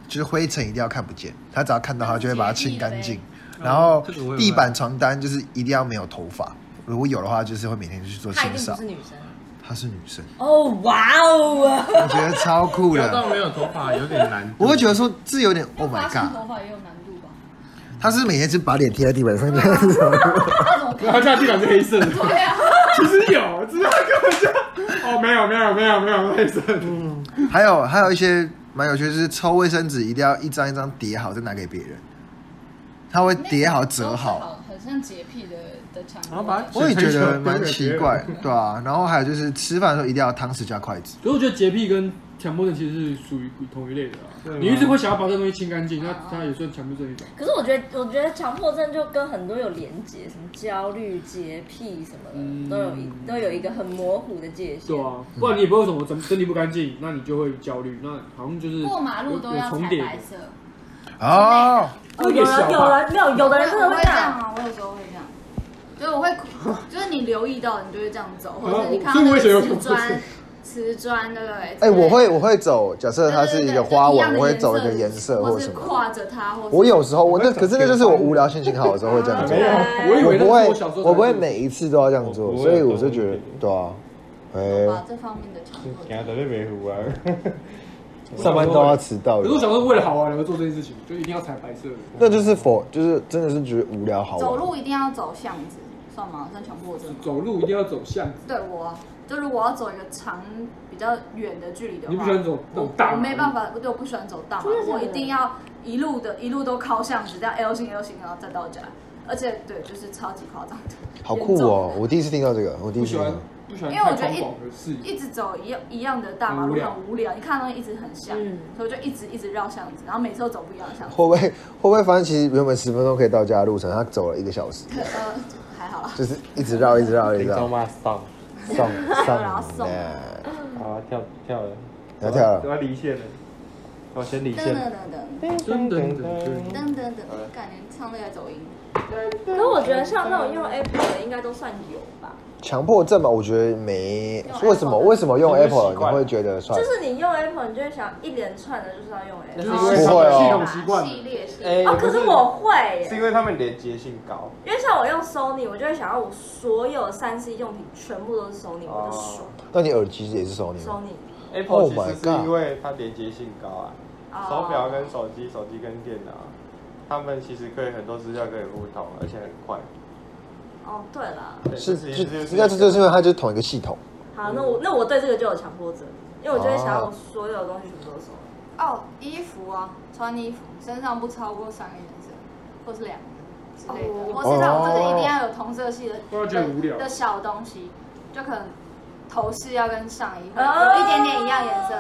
Speaker 1: 就是灰尘一定要看不见，他只要看到它就会把它清干
Speaker 3: 欸
Speaker 1: 净。然后
Speaker 4: 嗯这个我有
Speaker 1: 地板床单就是一定要没有头发，如果有的话，就是会每天去做
Speaker 3: 她
Speaker 1: 清
Speaker 3: 一定
Speaker 1: 扫
Speaker 3: 不是。女生。
Speaker 1: 她是女生，
Speaker 3: 哦，哇哦！
Speaker 1: 我觉得超酷
Speaker 7: 要
Speaker 1: 的。
Speaker 7: 到没有头发有点难度。
Speaker 1: 我会觉得说这有点 Oh
Speaker 5: 要
Speaker 1: my
Speaker 5: 发
Speaker 1: god，
Speaker 5: 头发也有难度吧？
Speaker 1: 她是每天是把脸贴在地板上这样子吗。
Speaker 5: 那怎么
Speaker 2: 然后
Speaker 5: 看？
Speaker 2: 他地板是黑色的。
Speaker 5: 对啊，
Speaker 2: 其实有，只是他根本就哦，没有没有没有没有卫生，
Speaker 1: 还有还有一些蛮有趣的，就是抽卫生纸一定要一张一张叠好再拿给别人，他会叠好折好。，
Speaker 5: 很像洁癖的的强
Speaker 7: 然后把它
Speaker 1: 我也觉得蛮奇怪，对啊。然后还有就是吃饭的时候一定要汤匙加筷子，
Speaker 2: 可是我觉得洁癖跟强迫症其实是属于同一类的
Speaker 7: 对
Speaker 2: 啊
Speaker 7: 吗。
Speaker 2: 你一直会想要把这东西清干净，那它也算强迫症一种。
Speaker 3: 可是我觉得，我觉得强迫症就跟很多有连结，什么焦虑、洁癖什么的，
Speaker 2: 嗯
Speaker 3: 都有一都有一个很模糊的界限。
Speaker 2: 对啊，不然你也不会什么整身体不干净，那你就会焦虑，那好像就是
Speaker 5: 过马路都
Speaker 2: 有
Speaker 5: 要
Speaker 2: 有重
Speaker 5: 踩
Speaker 2: 叠
Speaker 5: 白色，
Speaker 1: 哦，
Speaker 3: 哦，有人有人没有，有的人真的
Speaker 5: 我
Speaker 3: 会
Speaker 5: 会
Speaker 3: 这
Speaker 5: 这样
Speaker 3: 样。
Speaker 5: 啊，我有时候会这样。就是我会， 就是你留意到，你就会这样走，
Speaker 1: 嗯
Speaker 5: 或者是你看
Speaker 2: 所以
Speaker 5: 到那
Speaker 2: 我
Speaker 5: 个
Speaker 2: 也觉得有
Speaker 5: 瓷砖，瓷砖对不对？
Speaker 1: 哎、我会我会走，假设它是一个花纹，我会走一个颜色或
Speaker 5: 或
Speaker 1: 什
Speaker 5: 是
Speaker 1: 么。
Speaker 5: 跨着它，或是
Speaker 1: 我有时候我那可是那就是我无聊心情好的时候会这样做
Speaker 2: 没，有，我以
Speaker 1: 我
Speaker 2: 为那
Speaker 1: 不
Speaker 2: 是
Speaker 1: 会
Speaker 2: 我小时候才会
Speaker 1: 我不会每一次都要这样做，所以我就觉得对啊，哎、
Speaker 5: 把这方面的强迫
Speaker 4: 行都被没糊啊！
Speaker 1: 哎上班都要迟到
Speaker 2: 可是我
Speaker 1: 的，
Speaker 2: 小时候为了好玩而做这件事情，就一定要踩白色的。
Speaker 1: 那就是否就是真的是觉得无聊好
Speaker 5: 走
Speaker 1: 玩。
Speaker 5: 路一定要走巷子，算吗？算强迫症吗？
Speaker 2: 哦走路一定要走巷子，
Speaker 5: 对我啊，就如果要走一个长比较远的距离的话，
Speaker 2: 你不喜欢走那
Speaker 5: 我
Speaker 2: 种大马
Speaker 5: 我
Speaker 2: 路
Speaker 5: 没办法，对，我不喜欢走大马
Speaker 3: 真的
Speaker 5: 路，
Speaker 3: 假的
Speaker 5: 我一定要一路的一路都靠巷子，这样 L 型 L 型，然后再到家。而且对，就是超级夸张
Speaker 2: 嗯
Speaker 5: 的，
Speaker 1: 好酷哦！我第一次听到这个，我第一
Speaker 2: 不
Speaker 1: 次
Speaker 2: 喜
Speaker 1: 听到
Speaker 2: 欢。不喜欢
Speaker 5: 因为
Speaker 2: 太
Speaker 5: 我觉得
Speaker 2: 宽
Speaker 5: 一
Speaker 2: 广的视野。
Speaker 5: 一直走一样一样的大马
Speaker 2: 很无
Speaker 5: 路
Speaker 2: 聊
Speaker 5: 很无聊，你看到东西一直很像，
Speaker 3: 嗯
Speaker 5: 所以我就一直一直绕巷子，然后每次都走不一样的巷子。
Speaker 1: 会不会会不会发现其实原本十分钟可以到家的路程，他走了一个小时，
Speaker 2: 嗯
Speaker 5: 呃，还好啦，
Speaker 1: 就是一直绕，一直绕，一直
Speaker 4: 你知道
Speaker 1: 绕，
Speaker 4: 吗？上，
Speaker 1: 上
Speaker 5: 然
Speaker 1: 上
Speaker 5: 后送
Speaker 1: 哎
Speaker 4: 好跳跳了，
Speaker 1: 要跳了
Speaker 4: 我要离线了，我先离
Speaker 5: 噔
Speaker 4: 线
Speaker 5: 噔
Speaker 4: 了。
Speaker 5: 噔
Speaker 2: 噔噔噔
Speaker 5: 噔噔噔噔，感觉唱那个走音。
Speaker 3: 可是我觉得像那种用 Apple 的，应该都算有吧。
Speaker 1: 强迫症嘛，我觉得没
Speaker 5: 用
Speaker 1: 为什么
Speaker 5: iPhone
Speaker 1: 为什么用
Speaker 4: 因为习
Speaker 1: Apple 啊你
Speaker 4: 惯了
Speaker 1: 会觉得算
Speaker 3: 就？是你用 Apple，你就会想一连串的就是要用 Apple。
Speaker 2: 就是因为
Speaker 1: 不
Speaker 2: 他
Speaker 1: 会
Speaker 2: 们
Speaker 1: 哦
Speaker 2: 系统习惯了，
Speaker 5: 系列系
Speaker 4: 哎
Speaker 5: 列，
Speaker 3: 哦，可是我会耶
Speaker 4: 是因为他们连接性高，
Speaker 3: 因为像我用 Sony，我就会想要我所有三 C 用品全部都是 Sony，我就爽。
Speaker 1: 那你耳机也是 Sony 吗？
Speaker 3: Sony。
Speaker 4: Apple
Speaker 1: Oh
Speaker 4: 其
Speaker 1: my
Speaker 4: 实是
Speaker 1: God
Speaker 4: 因为它连接性高啊，
Speaker 3: 哦
Speaker 4: 手表跟啊手机，手机跟电脑，他们其实可以很多资料可以互通，而且很快。
Speaker 3: 哦，对了，
Speaker 4: 对
Speaker 1: 是
Speaker 4: 这
Speaker 1: 是
Speaker 4: 这
Speaker 1: 应该是就是因为它就是同一个系统。
Speaker 3: 好，那我那我对这个就有强迫症，因为我就会想要我所有的东西全部都收。
Speaker 5: 哦，衣服啊，穿衣服身上不超过三个颜色，或是两个之类的。
Speaker 3: 哦
Speaker 5: 我身上我就是一定要有同色系的
Speaker 2: 不然觉得无聊
Speaker 5: 的小东西，就可能头饰要跟上衣会
Speaker 3: 哦
Speaker 5: 有一点点一样颜色。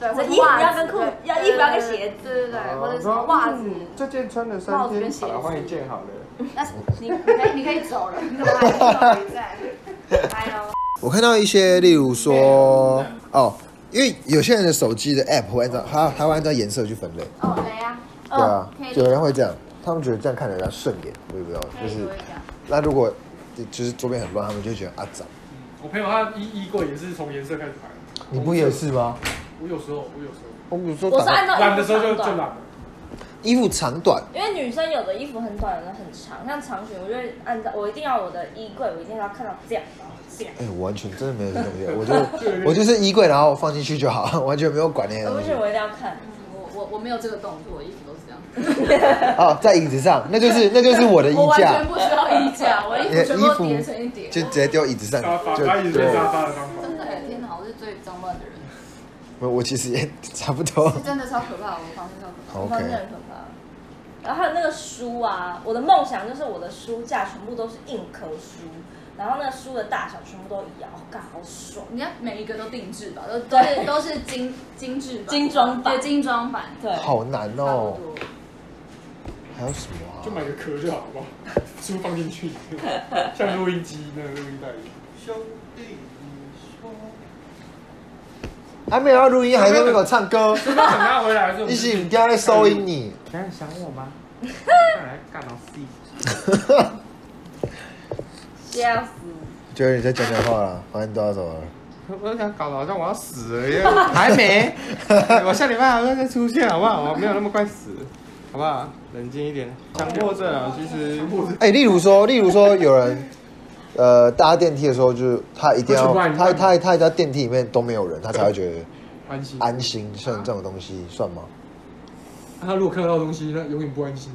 Speaker 5: 对，或
Speaker 3: 所以
Speaker 5: 者
Speaker 3: 衣服
Speaker 5: 袜
Speaker 3: 要
Speaker 5: 子
Speaker 3: 跟裤
Speaker 5: 对
Speaker 3: 要
Speaker 5: 对
Speaker 3: 衣服要跟
Speaker 5: 对
Speaker 3: 鞋子
Speaker 5: 对对
Speaker 2: 啊
Speaker 5: 对，或者是什么
Speaker 4: 哦
Speaker 5: 袜子。
Speaker 4: 嗯这件穿了
Speaker 5: 帽
Speaker 4: 三
Speaker 5: 子跟
Speaker 4: 天，
Speaker 5: 鞋
Speaker 4: 好
Speaker 5: 子
Speaker 4: 了，换一件好了。
Speaker 5: 那是你你可以你可以走了，你怎么还没在？哎呦，
Speaker 1: 我看到一些，例如说，哦，因为有些人的手机的 app 会按照它，它会按照颜色去分类，
Speaker 5: 哦雷啊，
Speaker 1: 对啊
Speaker 5: 可以，
Speaker 1: 有人会这样，他们觉得这样看着人家顺眼，我也不知道，
Speaker 5: 可
Speaker 1: 就
Speaker 5: 以
Speaker 1: 是
Speaker 5: 多一点。
Speaker 1: 那如果就是桌边很乱，他们就觉得啊脏，
Speaker 2: 我朋友他衣衣柜也是从颜色开始排，
Speaker 1: 你不也是吗？
Speaker 2: 我有时候我有时候
Speaker 1: 我有时候
Speaker 3: 我是按照
Speaker 2: 懒
Speaker 3: 衣
Speaker 2: 的
Speaker 3: 服
Speaker 2: 时候就
Speaker 3: 长
Speaker 2: 就懒
Speaker 3: 短，
Speaker 2: 了，
Speaker 1: 衣服长短，
Speaker 3: 因为女生有的衣服很短，有的很长，像长裙，我就会按照我一定要我的衣柜，我一定要看到这样，然后这样。
Speaker 1: 哎、我完全真的没有这东西，我就我就是衣柜，然后放进去就好， 完全没有管那些
Speaker 3: 我
Speaker 1: 东
Speaker 3: 不
Speaker 1: 西
Speaker 3: 行，。我一定要看。
Speaker 5: 我我我没有这个动作，我衣服都是这样。
Speaker 1: 哦，在椅子上，那就是那就是我的衣
Speaker 5: 我完
Speaker 1: 架
Speaker 5: 全，不需要衣架，我衣服全部都叠成一叠。
Speaker 1: 就直接丢椅子上
Speaker 2: 沙发，
Speaker 1: 就
Speaker 2: 啊把椅子
Speaker 1: 对
Speaker 2: 变沙发的方法。
Speaker 5: 真的耶，天哪，我是最脏乱的人，
Speaker 1: 我我其实也差不多。
Speaker 5: 真的超可怕，我房间超可怕。
Speaker 3: 我发现
Speaker 1: OK，
Speaker 3: 很可怕。然后还有那个书啊，我的梦想就是我的书架全部都是硬壳书，然后那个书的大小全部都一样，哦，干好爽。
Speaker 5: 你看每一个都定制吧，都都是都是精精致版、
Speaker 3: 精装版
Speaker 5: 对精装版，
Speaker 3: 对，
Speaker 1: 好难
Speaker 5: 差
Speaker 1: 哦
Speaker 5: 不。多。
Speaker 1: 还有什么啊？
Speaker 2: 就买个壳就好，好不好？书放进去，像录音机那个录音带一样。
Speaker 4: 兄弟，你说
Speaker 1: 还没有要录音，还在那边唱歌。
Speaker 2: 等到等他回来的时候，
Speaker 1: 一起，你刚才收音你。
Speaker 4: 想想我吗？看来干到死。
Speaker 3: 笑死！
Speaker 1: 觉得你在讲讲话了，反正都要走了。
Speaker 4: 我想搞得好像我要死了一样，还 没。我下礼拜还会再出现，好不好？我没有那么快死，好不好？冷静一点。强迫症啊，其实
Speaker 1: 哎、例如说，例如说有人，呃，搭电梯的时候，就是他一定要
Speaker 2: 会去乱
Speaker 1: 他他他在电梯里面都没有人，他才会觉得
Speaker 2: 安心。
Speaker 1: 安心。像这种东西算吗？
Speaker 2: 他如果看得到东西，那永远不安心。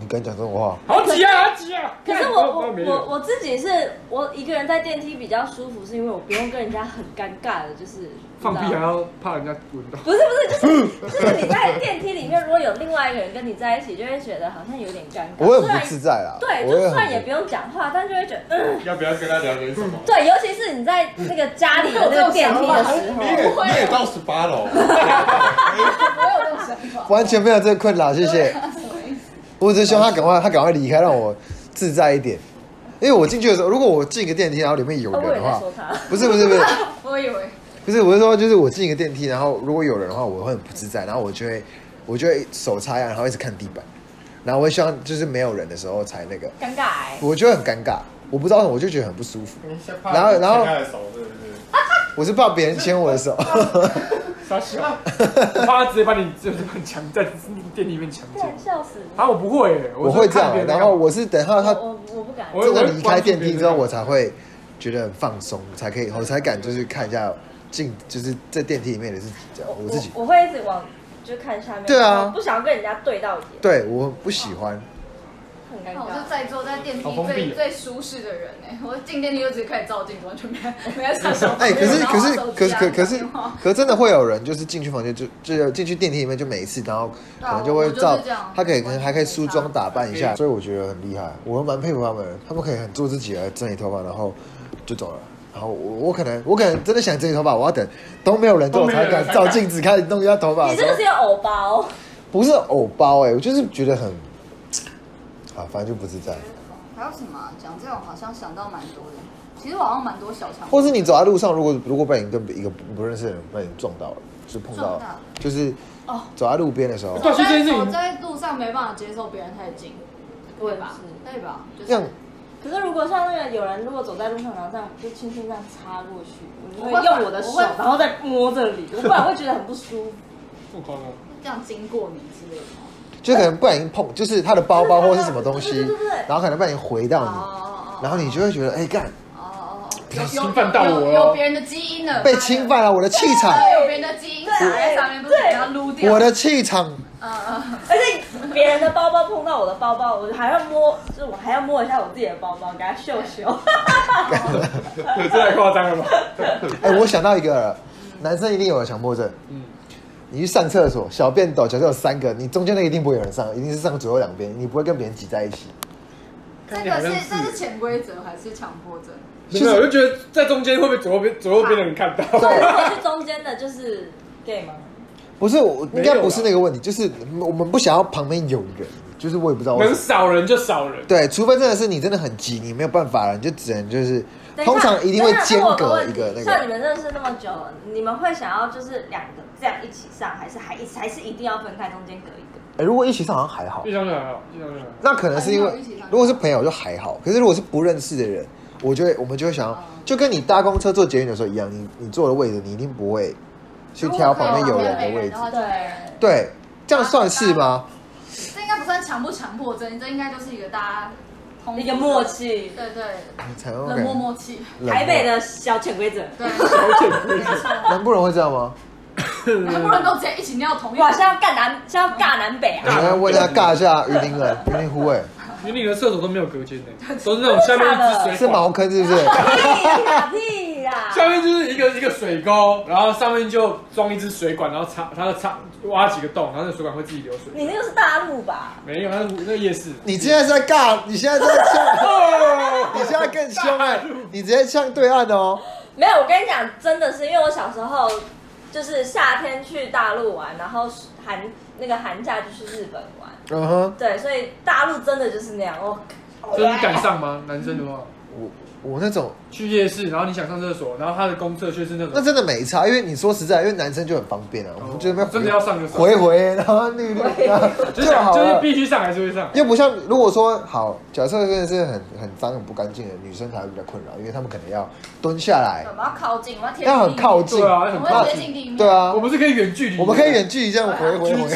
Speaker 1: 你敢讲这种话？
Speaker 2: 好挤啊，好挤啊！
Speaker 3: 可是
Speaker 2: 干
Speaker 3: 我我
Speaker 2: 没
Speaker 3: 我
Speaker 2: 有
Speaker 3: 我自己是我一个人在电梯比较舒服，是因为我不用跟人家很尴尬的，就是
Speaker 2: 放屁
Speaker 3: 你知
Speaker 2: 还
Speaker 4: 啊
Speaker 3: 道
Speaker 2: 要怕人家闻到。
Speaker 3: 不是不
Speaker 1: 嗯
Speaker 3: 是，就是就是你在电梯里面，如果有另外一个人跟你在一起，就会觉得好像有点尴尬。
Speaker 1: 我也很
Speaker 3: 虽然
Speaker 1: 不自在啦。
Speaker 3: 对，
Speaker 1: 我
Speaker 3: 就
Speaker 1: 也
Speaker 3: 算也
Speaker 1: 很
Speaker 3: 不用讲话，但就会觉得，嗯，
Speaker 4: 要不要跟他聊点什么？
Speaker 3: 对，尤其是你在那个家里的那个电梯的时候
Speaker 4: 你，也你也到十八楼，
Speaker 5: 我有这种想法。
Speaker 1: 完全没有这个困扰，谢谢。我只是希望他赶快他赶快离开，让我自在一点。因为我进去的时候，如果我进一个电梯，然后里面有
Speaker 3: 哦
Speaker 1: 人
Speaker 3: 我也
Speaker 1: 的
Speaker 3: 在
Speaker 1: 话
Speaker 3: 说，他。
Speaker 1: 不是不是不是
Speaker 5: 我以为
Speaker 1: 不是，我是说就是我进一个电梯，然后如果有人的话，我会很不自在，然后我就会我就会手叉腰，然后一直看地板，然后我会希望就是没有人的时候才那个，
Speaker 3: 尴尬哎、
Speaker 1: 我就会很尴尬，我不知道为什么我就觉得很不舒服，
Speaker 4: 然
Speaker 1: 然后然后
Speaker 4: 他的手是不是？
Speaker 1: 我是怕别人牵我的手，
Speaker 2: 傻笑，我怕他直接把你就是把你强在店里面强奸
Speaker 3: 干。笑死！
Speaker 2: 啊，我不会耶，
Speaker 1: 我
Speaker 2: 是
Speaker 1: 会这
Speaker 2: 看
Speaker 1: 样，
Speaker 2: 别人在
Speaker 1: 然
Speaker 2: 干嘛
Speaker 1: 后我是等到
Speaker 3: 我
Speaker 1: 他
Speaker 3: 我我不敢，
Speaker 2: 我
Speaker 1: 真的离开
Speaker 2: 关注别
Speaker 1: 电
Speaker 2: 人
Speaker 1: 梯之后，我才会觉得很放松，才可以，我才敢就是看一下镜，就是在电梯里面的自己，这样我自己。
Speaker 3: 我我会一直往就看下面，
Speaker 1: 对啊
Speaker 3: 然后不想要跟人家对到眼，
Speaker 1: 对，我不喜欢，
Speaker 3: 很尴
Speaker 5: 那我
Speaker 3: 尬
Speaker 5: 是。在坐在电
Speaker 2: 好
Speaker 5: 梯
Speaker 2: 封闭
Speaker 5: 最
Speaker 2: 哦
Speaker 5: 最舒适的人哎，我进电梯就直接开始照镜子，完全没 没在想什么。
Speaker 1: 哎、可是
Speaker 5: 然后
Speaker 1: 可是
Speaker 5: 手
Speaker 1: 可
Speaker 5: 机
Speaker 1: 是
Speaker 5: 啊
Speaker 1: 可可是
Speaker 5: 打电话
Speaker 1: 可真的会有人，就是进去房间就就进去电梯里面就每一次，然后可能就
Speaker 5: 我
Speaker 1: 会
Speaker 5: 就是
Speaker 1: 照
Speaker 5: 这样，
Speaker 1: 他可以
Speaker 5: 我
Speaker 1: 可
Speaker 5: 就是
Speaker 1: 能还可以梳妆
Speaker 5: 这样
Speaker 1: 打扮一下，所以我觉得很厉害，我蛮佩服他们的，他们可以很做自己来整理头发，然后就走了。然后我我可能我可能真的想整理头发，我要等都没有人做，
Speaker 2: 都
Speaker 1: 我
Speaker 2: 没有
Speaker 1: 才
Speaker 2: 人
Speaker 1: 敢
Speaker 2: 才
Speaker 1: 照
Speaker 2: 敢
Speaker 1: 镜子开始弄一下头发的
Speaker 3: 你
Speaker 1: 时
Speaker 3: 真
Speaker 1: 候。
Speaker 3: 的是有偶包、
Speaker 1: 不是偶包哎、我就是觉得很，啊，反正就不自在。
Speaker 5: 还有什么啊讲这种好像想到蛮多的，其实我好像蛮多小强。
Speaker 1: 或是你走在路上，如果如果被你跟一个不不认识的人被你撞到了，就碰到
Speaker 5: 撞到，
Speaker 1: 就是
Speaker 5: 哦
Speaker 1: 走在路边的时候，
Speaker 2: 对所以这件事情
Speaker 5: 我在路上没办法接受别人太近，对吧？对吧？就
Speaker 1: 这样
Speaker 5: 是
Speaker 3: 可是如果像那个有人如果走在路上，然后这样就轻轻这样插过去，我就会
Speaker 5: 我会反
Speaker 3: 用我的手，
Speaker 5: 我会
Speaker 3: 然后再摸这里，我不然会觉得很不舒服。
Speaker 2: 不夸张，
Speaker 5: 这样经过你之类的。
Speaker 1: 就可能不小心碰，就是他的包包或是什么东
Speaker 3: 对
Speaker 1: 西
Speaker 3: 对对对对，
Speaker 1: 然后可能不小心回到你，
Speaker 5: 哦
Speaker 1: 然后你就会觉得，哎、干，
Speaker 5: 哦哦
Speaker 2: 不要侵犯到我
Speaker 5: 有
Speaker 2: 哦
Speaker 5: 有别人的基因了，
Speaker 1: 被侵犯了我的气场，
Speaker 5: 对，有别人的基因打在上面，不是你要撸掉。
Speaker 1: 我的气场，
Speaker 5: 嗯嗯，
Speaker 3: 而且别人的包包碰到我的包包，我还要摸，就是我还要摸一下我自己的包包，给他秀秀。
Speaker 4: 这太夸张了吧？
Speaker 1: 哎、我想到一个了，男生一定有强迫症。嗯，你去上厕所，小便斗假设有三个，你中间那个一定不会有人上，一定是上左右两边，你不会跟别人挤在一起。
Speaker 5: 这个是这是潜规则还是强迫症？
Speaker 2: 没有，我就觉得在中间会被左右边左右边的人看到。
Speaker 3: 所以我去中间的就是 gay 吗？
Speaker 1: 不是，我应
Speaker 2: 没有
Speaker 1: 该
Speaker 2: 啦
Speaker 1: 不是那个问题，就是我们不想要旁边有人，就是我也不知道为什
Speaker 2: 能
Speaker 1: 么。
Speaker 2: 少人就少人。
Speaker 1: 对，除非真的是你真的很急，你没有办法了，你就只能就是，
Speaker 3: 等一下
Speaker 1: 通常一定会间隔一
Speaker 3: 等
Speaker 1: 个
Speaker 3: 一下那
Speaker 1: 那
Speaker 3: 我有问题像你
Speaker 1: 个。
Speaker 3: 们认识那么久，你们会想要就是两个这样一起上，还是还一还是一定要分开，中间隔一个？
Speaker 1: 哎如果一起上好像还好
Speaker 2: 一，张就还好，一张就还好。
Speaker 1: 那可能是因为
Speaker 5: 朋友一起上
Speaker 1: 如果是朋友就还好，可是如果是不认识的人，我就会我们就会想要，就跟你搭公车坐捷运的时候一样，你你坐的位置你一定不会去挑旁边有人的位置，
Speaker 5: 对，
Speaker 1: 对，这样算是吗？
Speaker 5: 这应该不算强不强迫症，这应该就是一个大家同
Speaker 3: 一个默。契，
Speaker 5: 对对，
Speaker 1: 才会
Speaker 5: 冷漠默契。
Speaker 1: 冷漠
Speaker 3: 台北的小潜规则。
Speaker 5: 对，
Speaker 1: 南部人会这样吗？
Speaker 5: 很多人都直接一起尿同一
Speaker 3: 哇，
Speaker 5: 个
Speaker 3: 现在要干南，现在要尬南北
Speaker 1: 我
Speaker 3: 啊！
Speaker 1: 们要问一下尬一下云林人， 云林湖哎，
Speaker 2: 云林的厕所都没有隔间的，都是那种下面一只水
Speaker 1: 是
Speaker 2: 管，
Speaker 1: 茅坑是不是？
Speaker 3: 屁哎呀屁呀！
Speaker 2: 下面就是一个一个水沟，然后上面就装一支水管，然后插，它插挖几个洞，然后那水管会自己流水。
Speaker 3: 你那个是大陆吧？
Speaker 2: 没有，那是那夜市。
Speaker 1: 你现在是在尬，你现在是在呛，你现在更凶哎、你直接呛对岸哦。
Speaker 3: 没有，我跟你讲，真的是因为我小时候就是夏天去大陆玩，然后寒那个寒假就去日本玩，
Speaker 1: 嗯哼，
Speaker 3: 对，所以大陆真的就是那样。哦我
Speaker 2: 这是敢上吗？男生的话，
Speaker 1: 我我那种
Speaker 2: 去夜市，然后你想上厕所，然后他的公厕却是那
Speaker 1: 那
Speaker 2: 种，
Speaker 1: 真的没差，因为你说实在，因为男生就很方便啊，我们就那边
Speaker 2: 哦真的要上就上，
Speaker 1: 回回，然后绿绿
Speaker 2: 就
Speaker 1: 就是
Speaker 2: 想
Speaker 1: 好
Speaker 2: 就是
Speaker 1: 了。
Speaker 2: 必须上还是会上。
Speaker 1: 又不像如果说好，假设真的是很很脏很不干净的女生才会比较困扰，因为她们可能要蹲下来
Speaker 5: 我，们要靠近，我们要贴
Speaker 1: 要很靠近
Speaker 2: 对，啊，
Speaker 5: 我
Speaker 2: 很
Speaker 5: 们
Speaker 2: 靠
Speaker 5: 要贴
Speaker 2: 近。
Speaker 5: 近地面。
Speaker 1: 对，啊
Speaker 2: 我，们是可以远距离，
Speaker 1: 我们可以。远距离这样回回回。
Speaker 3: 有有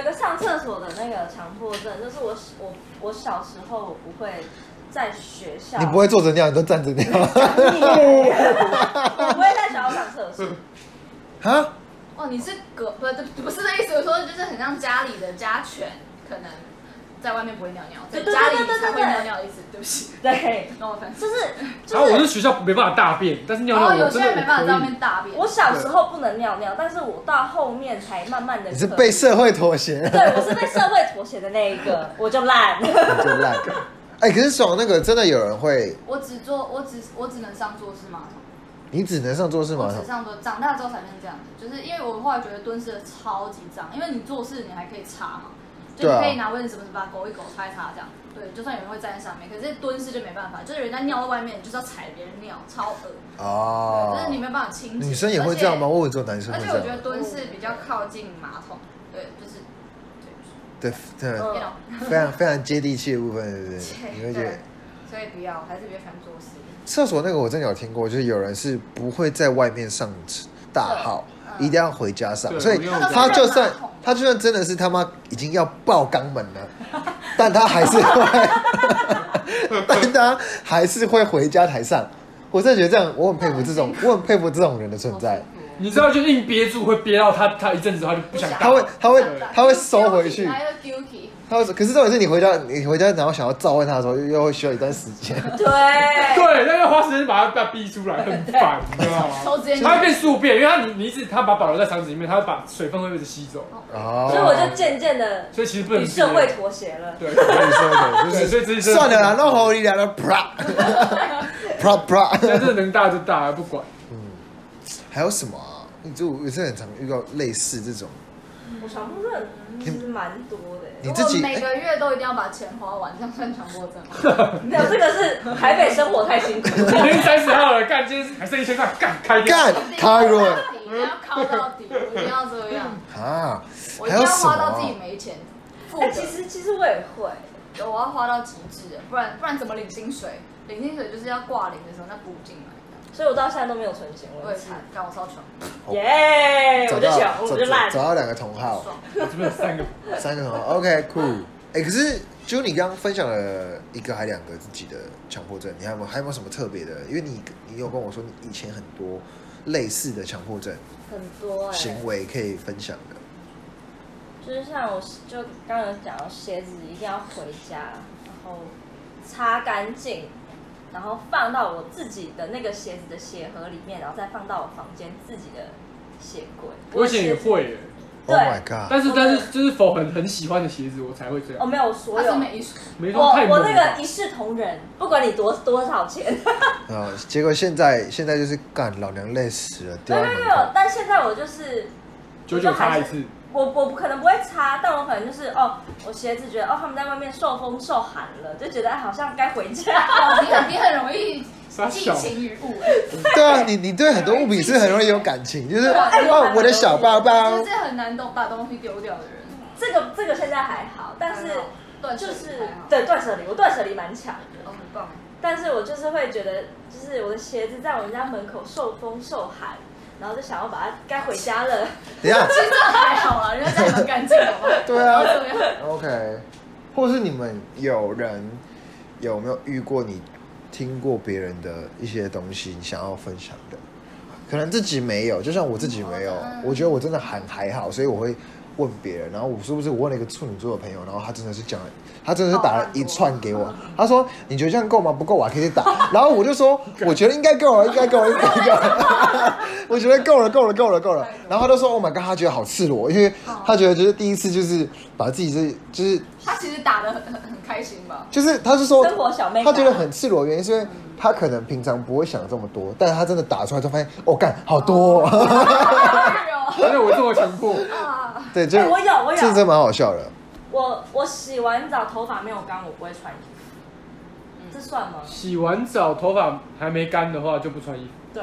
Speaker 3: 一个上厕所的那个强迫症，就是我我我小时候我不会在学校，
Speaker 1: 你不会坐着尿，你都 站着尿
Speaker 3: 我不会在学校上厕所，
Speaker 1: 啊？
Speaker 5: 哦，你是隔不是不是这意思，我说就是很像家里的家犬，可能在外面不会尿尿，在
Speaker 3: 对对
Speaker 5: 家
Speaker 3: 对
Speaker 5: 里
Speaker 3: 对
Speaker 5: 才会
Speaker 3: 对
Speaker 5: 尿尿的意思。对不 起，
Speaker 3: 对，
Speaker 5: 跟我分
Speaker 3: 就是
Speaker 2: 然后
Speaker 3: 就
Speaker 2: 我
Speaker 3: 是
Speaker 2: 是学校没办法大便，但是尿
Speaker 5: 然后
Speaker 2: 尿
Speaker 5: 哦有
Speaker 2: 我
Speaker 5: 些
Speaker 2: 真的
Speaker 5: 人没办法在外
Speaker 2: 我可以。
Speaker 5: 面大便，
Speaker 3: 我小时候不能尿尿，但是我到后面才慢慢的，
Speaker 1: 你是被社会妥 协了。
Speaker 3: 对我是被社会妥协的那一个，我就烂。
Speaker 1: 就烂。哎、可是爽那个真的有人会，
Speaker 5: 我只做我只我只能上坐式马桶，
Speaker 1: 你只能上坐式马
Speaker 5: 我
Speaker 1: 桶
Speaker 5: 只，上桌，长大之后才变这样子，就是因为我后来觉得蹲式的超级脏，因为你做事你还可以擦嘛，就
Speaker 1: 对
Speaker 5: 你
Speaker 1: 啊
Speaker 5: 可以拿卫生纸什么把它勾一勾擦一擦这样，对，就算有人会站在上面，可是蹲式就没办法，就是人家尿在外面，你就是要踩别人尿，超恶，
Speaker 1: 哦
Speaker 5: 对，就是你没办法清洁。
Speaker 1: 女生也会这样吗？我有只有男生
Speaker 5: 而
Speaker 1: 会
Speaker 5: 且？
Speaker 1: 这
Speaker 5: 而且我觉
Speaker 1: 样
Speaker 5: 得。蹲式比较靠近马桶，对，就是
Speaker 1: 对，对，
Speaker 3: 嗯
Speaker 5: 电脑，
Speaker 1: 非常非常接地气的部分，哦对不对？你会
Speaker 5: 对
Speaker 1: 觉得
Speaker 5: 对，所以不要，还是比较喜欢做事。
Speaker 1: 厕所那个我真的有听过，就是有人是不会在外面上大号，
Speaker 3: 嗯
Speaker 1: 一定要回家上，
Speaker 2: 对
Speaker 1: 所以
Speaker 2: 我也有
Speaker 1: 他就算
Speaker 5: 这样
Speaker 1: 他就算真的是他妈已经要爆肛门了， 但他还是会， 但他还是会回家台上。我真的觉得这样，我很佩服这 种，我很佩服这种人的存在。
Speaker 2: 你知道，就硬憋住，会憋到他他一阵子，他就不想
Speaker 1: 他
Speaker 2: 大
Speaker 1: 会
Speaker 2: 便。
Speaker 1: 他会他会收回去，
Speaker 5: 还有 guilty，
Speaker 1: 他会说。可是重点是你回家你回家然后想要召唤他的时候，又又会需要一段时 间。
Speaker 3: 对，
Speaker 2: 对，那要花时间把他把他逼出来，很烦，你知道吗？
Speaker 5: 抽烟
Speaker 2: 他会变宿便，因为他你你一直他把保留在肠子里面，他会把水分会一直吸走，
Speaker 1: 哦，
Speaker 3: 所以我就渐渐的
Speaker 2: 所以其实不能
Speaker 3: 与
Speaker 2: 憋
Speaker 3: 社会妥协了。
Speaker 2: 对，
Speaker 1: 跟你说的
Speaker 2: 对，所以这
Speaker 1: 就是是算了啦，弄好你俩了，啪啪啪。
Speaker 2: 现在真的能大就大，不 管。
Speaker 1: 还有什么啊？你就我真的很常遇到类似这种，
Speaker 3: 我强迫症其实蛮多的，
Speaker 1: 你自己
Speaker 5: 如果每个月都一定要把钱花完，这样算强迫 症吗？
Speaker 3: 没有这个是台北生活太辛苦。
Speaker 2: 今天三十号了，干，今天还剩一千块，干开掉。
Speaker 1: 干他如果
Speaker 5: 一定要靠到底，我一定要这样，
Speaker 1: 啊，
Speaker 5: 我一
Speaker 1: 还
Speaker 5: 定
Speaker 1: 有
Speaker 5: 要
Speaker 1: 什么
Speaker 5: 花到自己
Speaker 1: 啊？
Speaker 5: 没钱，负
Speaker 3: 哎，
Speaker 5: 的
Speaker 3: 其实其实我也会，
Speaker 5: 我要花到极致的，不然不然怎么领薪水？领薪水就是要挂零的时候那补进来。
Speaker 3: 所以我到现在都没有存钱，
Speaker 5: 我
Speaker 3: 我
Speaker 5: 也
Speaker 3: 也
Speaker 5: 是
Speaker 3: 是，，
Speaker 5: 干我超穷，
Speaker 3: 耶，我
Speaker 1: 找
Speaker 3: 就
Speaker 1: 到
Speaker 3: 穷，
Speaker 1: 啊
Speaker 3: 我
Speaker 1: 找
Speaker 3: 就烂
Speaker 1: 找。找到两个同号，
Speaker 5: 爽。
Speaker 2: 我这边有三个，
Speaker 1: 三个同号，OK，cool。哎，可是就你刚刚分享了一个还两个自己的强迫症，你还有没有还有没有什么特别的？因为你你有跟我说你以前很多类似的强迫症
Speaker 3: 很多哎、
Speaker 1: 行为可以分享的，
Speaker 3: 就是像我就刚刚有讲到，鞋子一定要回家，然后擦干净，然后放到我自己的那个鞋子的鞋盒里面，然后再放到我房间自己的鞋柜。
Speaker 2: 我以前也
Speaker 3: 的鞋子，
Speaker 2: 会耶，
Speaker 1: Oh my
Speaker 3: 对
Speaker 1: god！
Speaker 2: 但是但是就是否很很喜欢的鞋子，我才会这
Speaker 3: 哦，
Speaker 2: 样。
Speaker 3: 没有，所
Speaker 5: 他
Speaker 3: 有
Speaker 5: 是美术，
Speaker 2: 没
Speaker 3: 我
Speaker 2: 说太
Speaker 3: 我
Speaker 2: 猛
Speaker 3: 那个
Speaker 2: 了
Speaker 3: 一。视同仁，不管你多多少钱，
Speaker 1: 然后呃结果现在现在就是干老娘累死了，
Speaker 3: 没
Speaker 1: 掉
Speaker 2: 啊
Speaker 3: 有
Speaker 1: 在
Speaker 3: 没有
Speaker 1: 门
Speaker 3: 没
Speaker 1: 口
Speaker 3: 有，。但现在我就是
Speaker 2: 久久擦一次，
Speaker 3: 我我不可能不会擦，但我可能就是哦，我鞋子觉得哦他们在外面受风受寒了，就觉得哎好像该回家。
Speaker 5: 哦，你很你很容易
Speaker 2: 傻
Speaker 5: 寄
Speaker 2: 小
Speaker 5: 情于物，哎
Speaker 1: 对啊，你你对很多物品是很容易有感情，就是
Speaker 5: 啊因为
Speaker 1: 哦我的小包包
Speaker 5: 就，是很难懂把东西丢掉的人。
Speaker 3: 这个这个现在还好，但是
Speaker 5: 断舍
Speaker 3: 就
Speaker 5: 离
Speaker 3: 是
Speaker 5: 还好
Speaker 3: 对断舍离，我断舍离蛮强的，
Speaker 5: 哦，很棒。
Speaker 3: 但是我就是会觉得，就是我的鞋子在我们家门口受风受寒，然后就想要把它该回家了。
Speaker 1: 等一下
Speaker 5: 其实这还好啦，人家家里蛮干净的嘛。
Speaker 1: 对啊
Speaker 5: 然后这样
Speaker 1: OK，或是你们有人有没有遇过你听过别人的一些东西，你想要分享的？可能自己没有，就像我自己没有，
Speaker 5: 嗯
Speaker 1: 我觉得我真的还还好，所以我会问别人。然后我是不是我问了一个处女座的朋友，然后他真的是讲了，他真的是打了一串给
Speaker 5: 哦
Speaker 1: 我。他说你觉得这样够吗？不够，我还可以打。然后我就 说我觉得应该够了，啊应该够了，应该够了。 我觉得够了，够了，够了，够了。然后他就说 Oh my god，他觉得好赤裸，因为他觉得就是第一次就是把自己是就是
Speaker 5: 他其实打的很很很开心吧？
Speaker 1: 就是他是说
Speaker 3: 生活小妹
Speaker 1: 他
Speaker 3: 感
Speaker 1: 觉得很赤裸，原因是因为他可能平常不会想这么多，但是他真的打出来之后发现，哦，干好多、哦，
Speaker 5: 哎呦
Speaker 2: 因为我这么强迫，
Speaker 5: 啊，
Speaker 1: 对，就、
Speaker 3: 哎我有我有
Speaker 1: 这真的蛮好笑的。
Speaker 3: 我我洗完澡头发没有干，我不会穿衣服，这算吗？
Speaker 2: 洗完澡头发还没干的话就不穿衣服。
Speaker 1: 哦
Speaker 3: 对，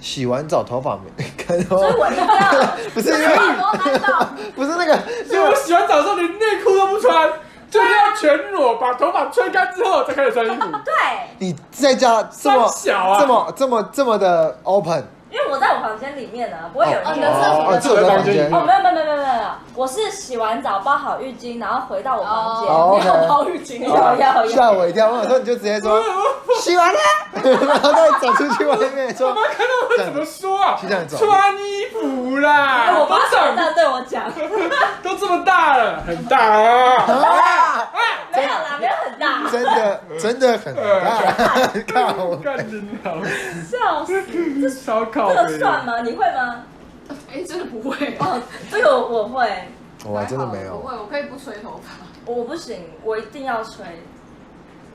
Speaker 1: 洗完澡头发没 干哦，
Speaker 3: 所以我一 定要
Speaker 1: 不是因为
Speaker 5: 多难道？
Speaker 1: 不是那个，
Speaker 2: 所以我洗完澡之后连内裤都不穿，就是要全裸，把头发吹干之后再开始穿衣 服。
Speaker 3: 对，
Speaker 1: 你在家这么
Speaker 2: 三小啊
Speaker 1: 这么这么这么的 open，
Speaker 3: 因为我在我房间里面呢，不会有人
Speaker 5: 哦
Speaker 3: 听
Speaker 5: 你
Speaker 3: 我
Speaker 5: 的厕所
Speaker 1: 哦，这个房间
Speaker 2: 哦
Speaker 3: 哦，没有没有没有没有没有，我是洗完澡包好浴巾，然后回到我房间。
Speaker 1: 哦
Speaker 5: 没有包浴巾，
Speaker 3: 有有有
Speaker 1: 吓我一跳，我想说你就直接 说洗完了， 然后再走出去外面说
Speaker 2: 我妈看到我怎么说啊？
Speaker 1: 就这样走哦
Speaker 2: 穿衣服啦！
Speaker 3: 哎我
Speaker 2: 都
Speaker 3: 妈常
Speaker 2: 长
Speaker 3: 常对我 讲，
Speaker 2: 都这么大了，很大啊！
Speaker 1: 啊，
Speaker 3: 没有啦，没有很大，
Speaker 1: 真的真的很大， 看我。
Speaker 2: 干你老
Speaker 3: 笑死。
Speaker 2: 这烧烤
Speaker 3: 这个算吗？你会吗？
Speaker 5: 哎，真的不会
Speaker 3: 哦，这个我我会，
Speaker 1: 我还真的没
Speaker 5: 还好
Speaker 1: 有。
Speaker 5: 不会，我可以不吹头发。
Speaker 3: 我不行，我一定要吹。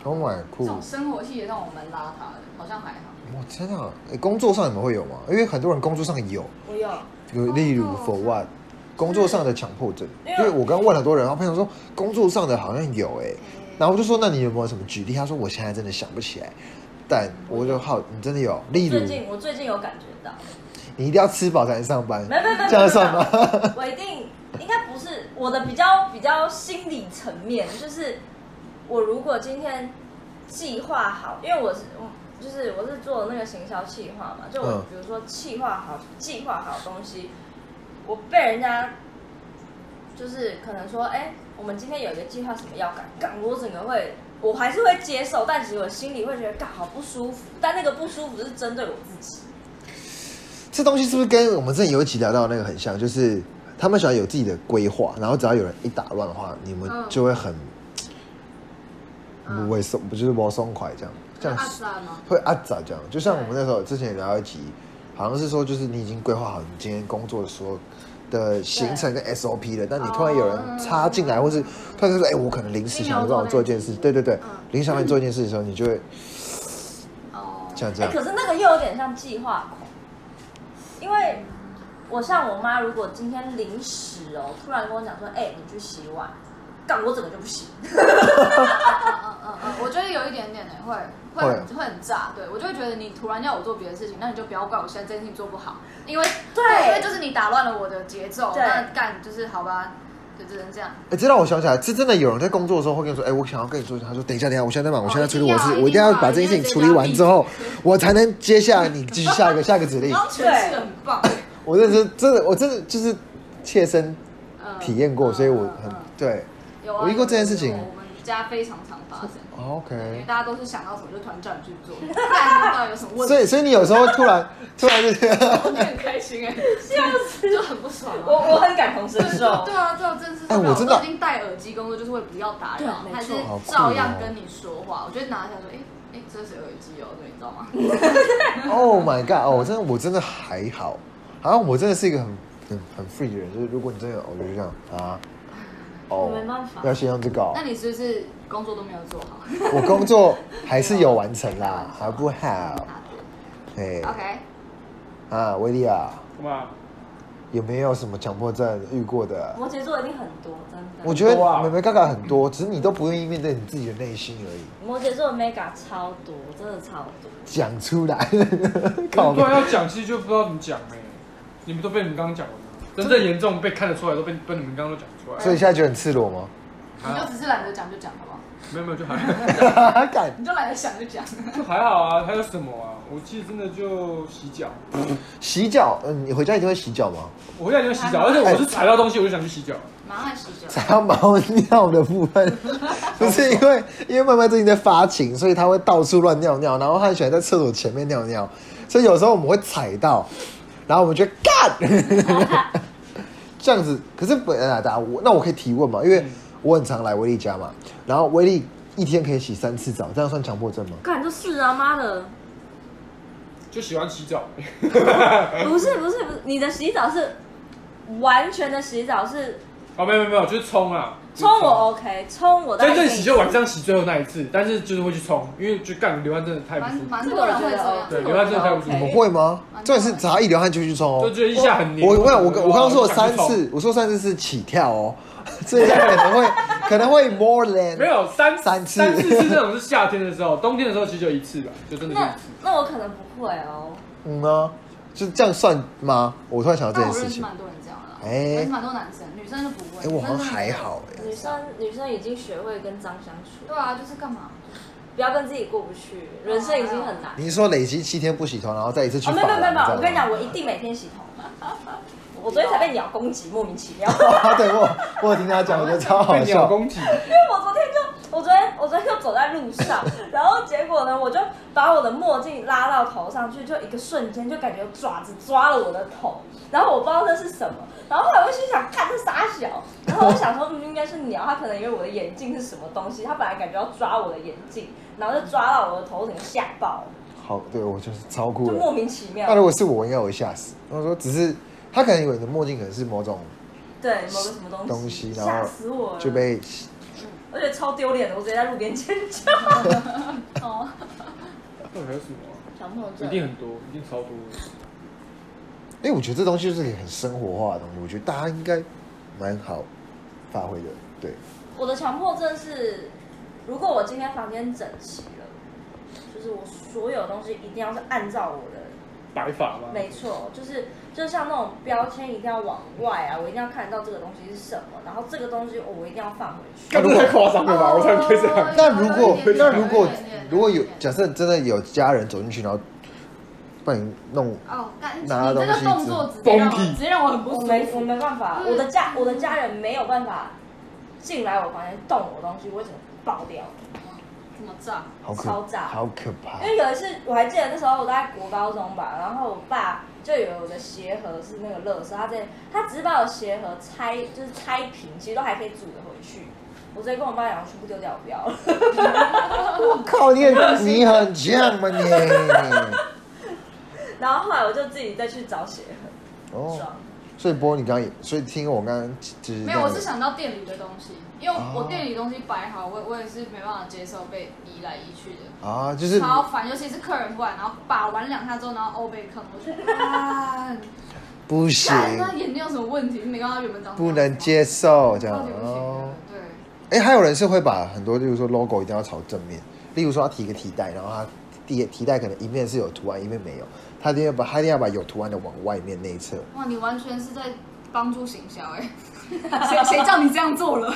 Speaker 1: Oh my
Speaker 5: 这
Speaker 1: cool！
Speaker 5: 种生活系也让我蛮邋遢的，好像还好。
Speaker 1: 哇，真的啊、诶工作上你们会有吗？因为很多人工作上有，
Speaker 3: 我有，
Speaker 1: 就例如 for what，工作上的强迫症。
Speaker 3: 因
Speaker 1: 因
Speaker 3: 为
Speaker 1: 为我刚问很多人，然后朋友说工作上的好像有哎、
Speaker 3: 嗯
Speaker 1: 然后我就说那你有没有什么举例？他说我现在真的想不起来，但我就好，你真的有？例如
Speaker 3: 最近我最近有感觉到，
Speaker 1: 你一定要吃饱才能上班
Speaker 3: 没，有没有没有，
Speaker 1: 这样算
Speaker 3: 没有？没有
Speaker 1: 吗？
Speaker 3: 我一定应该不是我的比较比较心理层面，就是我如果今天计划好，因为我是我就是我是做那个行销企划嘛，就我
Speaker 1: 嗯
Speaker 3: 比如说企划好计划好东西，我被人家就是可能说，哎、我们今天有一个计划，什么要赶，赶我整个会，我还是会接受，但其实我心里会觉得，干好不舒服，但那个不舒服是针对我自己。
Speaker 1: 这东西是不是跟我们之前有一集聊到那个很像？就是他们喜欢有自己的规划，然后只要有人一打乱的话，你们
Speaker 5: 嗯
Speaker 1: 就会很
Speaker 5: 嗯
Speaker 1: 不会松，不就是不松快这样，这样
Speaker 5: 阿斯拉吗？
Speaker 1: 会啊咋这样？就像我们那时候之前也聊一集，好像是说就是你已经规划好你今天工作的所有的行程跟 SOP 了，但你突然有人插进来，
Speaker 5: 哦
Speaker 1: 或是突然就说：“哎、我可能临时想要让我做一件
Speaker 5: 嗯
Speaker 1: 事。”对对对，临时想让你做一件事的时候，你就会
Speaker 5: 哦，
Speaker 1: 像这
Speaker 3: 哎、
Speaker 1: 样。
Speaker 3: 可是那个又有点像计划狂，因为我像我妈，如果今天临时哦，突然跟我讲说，哎、你去洗碗，干我整个就不行。
Speaker 5: 嗯嗯嗯嗯，我觉得有一点点哎，会会很会很炸，对我就会觉得你突然要我做别的事情，那你就不要怪我现在这件事情做不好，因为
Speaker 3: 对
Speaker 5: 因为就是你打乱了我的节奏，
Speaker 3: 对
Speaker 5: 那干就是好吧，就只能这样。
Speaker 1: 哎、这让我想起来，是真的有人在工作的时候会跟你说：“哎、我想要跟你说一下。”他说：“等一下，等一下，我现在在忙，我现在处理我的事，
Speaker 5: 哦一定要
Speaker 1: 我一定要
Speaker 5: 一定要
Speaker 1: 把这件事情处理完之后，我才能接下来你继续下一个下一个指令
Speaker 5: 然。后诠释很棒，”
Speaker 1: 我认真，真的，我真的就是切身
Speaker 5: 嗯
Speaker 1: 体验过，所以我很
Speaker 5: 嗯嗯
Speaker 1: 对。
Speaker 5: 有啊
Speaker 1: 我遇过这件事情
Speaker 5: 有我们家非常常发生，因为
Speaker 1: 哦 OK，
Speaker 5: 大家都是想到什么就突然叫你去 做，看你到底有什么问
Speaker 1: 所
Speaker 5: 题，
Speaker 1: 以所以你有时候突 然突然就是
Speaker 5: 我很开心哎，就很不爽啊。
Speaker 3: 我我很感同身
Speaker 5: 对
Speaker 3: 受
Speaker 5: 对。啊，这种真的是
Speaker 1: 哎我真的
Speaker 5: 已经戴耳机工作，就是为了不要打扰，
Speaker 3: 对
Speaker 5: 还
Speaker 3: 没
Speaker 5: 是
Speaker 3: 错
Speaker 1: 好酷哦
Speaker 5: 照样跟你说话。我就拿起来说，哎哎，这是耳机哦，对，你知道吗？
Speaker 1: Oh my god！哦，我真的我真的还好，好像我真的是一个很很很 free 的人，就是如果你真的有，我就这样啊，哦
Speaker 3: 我，没办法
Speaker 1: 要先用这个哦、
Speaker 5: 那你是不是工作都没有做 好？
Speaker 1: 我工作还是有完成啦，好不好？哎、
Speaker 5: OK，
Speaker 1: 啊，威利啊，
Speaker 2: 干嘛？
Speaker 1: 有没有什么强迫症遇过的？
Speaker 3: 摩羯座一定很多，真的。
Speaker 1: 我觉得
Speaker 2: 很多啊
Speaker 1: 妹妹嘎嘎很多，只是你都不愿意面对你自己的内心而已，
Speaker 3: 摩羯座的 mega 超多，真的超多。
Speaker 1: 讲出来。 靠
Speaker 2: 很
Speaker 1: 背
Speaker 2: 多人啊要讲，其实就不知道怎么讲哎。你们都被你们刚刚讲完了，真正严重被看得出来，都被被你们刚刚都讲出 来。
Speaker 1: 所以现在觉得很赤裸吗？
Speaker 5: 你就只是懒得讲就讲好不好？
Speaker 2: 没有没有，就还
Speaker 1: 干
Speaker 5: 你就懒得想就讲。
Speaker 2: 就还好啊。还有什么啊？我记得真的就洗脚，
Speaker 1: 洗脚，嗯，你回家一定会洗脚吗？
Speaker 2: 我回家就洗脚，而且我是踩到东西我就想去洗脚。
Speaker 5: 马上洗脚。
Speaker 1: 才要猫尿的部分，不是因为因为麦麦最近在发情，所以它会到处乱尿尿，然后它很喜欢在厕所前面尿尿，所以有时候我们会踩到，然后我们就干，这样子。可是本来打我，那我可以提问嘛？因为我很常来威力家嘛，然后威力一天可以洗三次澡，这样算强迫症吗？
Speaker 3: 干就是啊，妈的！
Speaker 2: 就喜欢洗澡，
Speaker 3: 不是不是不是，你的洗澡是完全的洗澡是
Speaker 2: 哦，没有没有没有，就是冲啊，就是
Speaker 3: 冲我 OK，冲我大概
Speaker 2: 真正
Speaker 3: 可以
Speaker 2: 洗就晚上洗最后那一次，但是就是会去冲，因为就干流汗真的太不
Speaker 5: 蛮
Speaker 2: 舒服，
Speaker 5: 蛮多人会这样，
Speaker 2: 对，流汗真的太不舒
Speaker 1: 我
Speaker 2: 服，
Speaker 1: 会吗？重点是只要一流汗就去冲哦
Speaker 2: 就。觉得一下很黏。
Speaker 1: 我我想我刚我刚刚说了
Speaker 2: 就想去
Speaker 1: 三
Speaker 2: 冲，
Speaker 1: 次，我说三次是起跳哦， 所以它可能会可能会 more than
Speaker 2: 没有三
Speaker 1: 三次
Speaker 2: 三次是那种是夏天的时候，冬天的时候其实就一次吧，就真的就
Speaker 3: 那
Speaker 2: 一次。
Speaker 3: 那我可能不会哦。
Speaker 1: 嗯啊，就这样算吗？我突然想到这件
Speaker 5: 但我
Speaker 1: 事
Speaker 5: 认识
Speaker 1: 情。
Speaker 3: 哦
Speaker 5: 蛮多人这样的啦，
Speaker 1: 哎
Speaker 5: 认识蛮多男生，女生就不会。
Speaker 1: 哎、我好像还。好哎、
Speaker 3: 女生女生已经学会跟脏相处，
Speaker 5: 对啊，就是干嘛？
Speaker 3: 不要跟自己过不去，人生已经很难。
Speaker 1: 你是说累积七天不洗头，然后再一次去
Speaker 3: 哦，
Speaker 1: 发、
Speaker 3: 没有没有没有没有，
Speaker 1: 知道吗
Speaker 3: 我跟你讲，我一定每天洗头。 我昨天才被鸟攻击，莫名其妙。
Speaker 1: 对我我有听他讲，我觉得超好
Speaker 2: 被鸟
Speaker 1: 笑。
Speaker 2: 攻击，
Speaker 3: 我昨天就，我昨天我昨天就走在路上，然后结果呢，我就把我的墨镜拉到头上去，就一个瞬间就感觉有爪子抓了我的头，然哦后我不知道这是什么，然后后来我心想，看这傻小，然后我想说，嗯，应该是鸟，它可能以为我的眼镜是什么东西，它本来感觉要抓我的眼镜，然后就抓到我的头，整个吓爆，
Speaker 1: 好，对我就是超酷
Speaker 3: 就莫
Speaker 1: 的。
Speaker 3: 名其妙
Speaker 1: 那。如果是我，应该我会吓死。我说只是他可能以为你的墨镜可能是某种
Speaker 3: 对，某个什么东西，
Speaker 1: 东西然后
Speaker 3: 吓死我了，
Speaker 1: 就被
Speaker 3: 而且超丢脸的，我直接在路边 尖叫。
Speaker 5: 哦，
Speaker 2: 到底还有什么
Speaker 5: 强迫
Speaker 2: 啊？一定很多，一定超多。
Speaker 1: 哎、我觉得这东西就是很生活化的东西，我觉得大家应该蛮好发挥的。对，
Speaker 3: 我的强迫症是，如果我今天房间整齐了，就是我所有东西一定要是按照我的，
Speaker 2: 白发吗？
Speaker 3: 没错，就是就像那种标签一定要往外啊，我一定要看到这个东西是什么，然后这个东西我一定要放回去。
Speaker 2: 干这太夸张了
Speaker 3: 哦
Speaker 2: 吧！我才不会这样。
Speaker 1: 那如果
Speaker 5: 有一点
Speaker 1: 那如果
Speaker 5: 有一点点
Speaker 1: 如果有
Speaker 5: 点
Speaker 1: 假设真的有家人走进去，然后帮你弄
Speaker 5: 哦，干你
Speaker 1: 拿
Speaker 5: 这
Speaker 1: 东西
Speaker 5: 个
Speaker 1: 之
Speaker 5: 动作直接让
Speaker 2: 崩
Speaker 5: 我
Speaker 2: 体
Speaker 5: 直接让我很不舒
Speaker 3: 我
Speaker 5: 服。
Speaker 3: 没我没办法，
Speaker 5: 嗯
Speaker 3: 我的家我的家人没有办法进来我房间动我东西，我会整个爆掉。
Speaker 5: 怎么炸？
Speaker 1: 好可
Speaker 3: 超炸
Speaker 1: 好可怕
Speaker 2: 啊
Speaker 5: 哎
Speaker 3: 因。为有一次我还记得那时候我在国高中吧，然后我爸就以为我的鞋盒是那个垃圾，他在他只是把我鞋盒拆，就是拆平，其实都还可以组得回去。我直接跟我爸讲，我全部丢掉，我不要了。
Speaker 1: 我靠，你很你很强嘛你？
Speaker 3: 然后后来我就自己再去找鞋盒
Speaker 1: 哦，
Speaker 3: 装。
Speaker 1: 所以波，你刚刚也，所以听我刚刚就是
Speaker 5: 没有，我
Speaker 1: 这
Speaker 5: 是
Speaker 1: 样
Speaker 5: 想到店里的东西，因为我
Speaker 1: 哦
Speaker 5: 我店里东西摆好，我我也是没办法接受被移来移去的，
Speaker 1: 啊，就是
Speaker 5: 超烦。尤其是客人过来，然后把玩两下之后，然后欧被坑，我就啊，
Speaker 1: 不行，
Speaker 5: 干那眼睛有什么问题？没看到原本长什么
Speaker 1: 不
Speaker 5: 样子吗
Speaker 1: 能接受这样
Speaker 5: 超级不行
Speaker 1: 哦
Speaker 5: 的。，对，
Speaker 1: 哎、还有人是会把很多，例如说 logo 一定要朝正面，例如说他提个提袋，然后他提提袋可能一面是有图案，一面没有，他一定要把他一定要把有图案的往外面那一侧。
Speaker 5: 哇，你完全是在帮助行销 哎、谁谁叫你这样做了？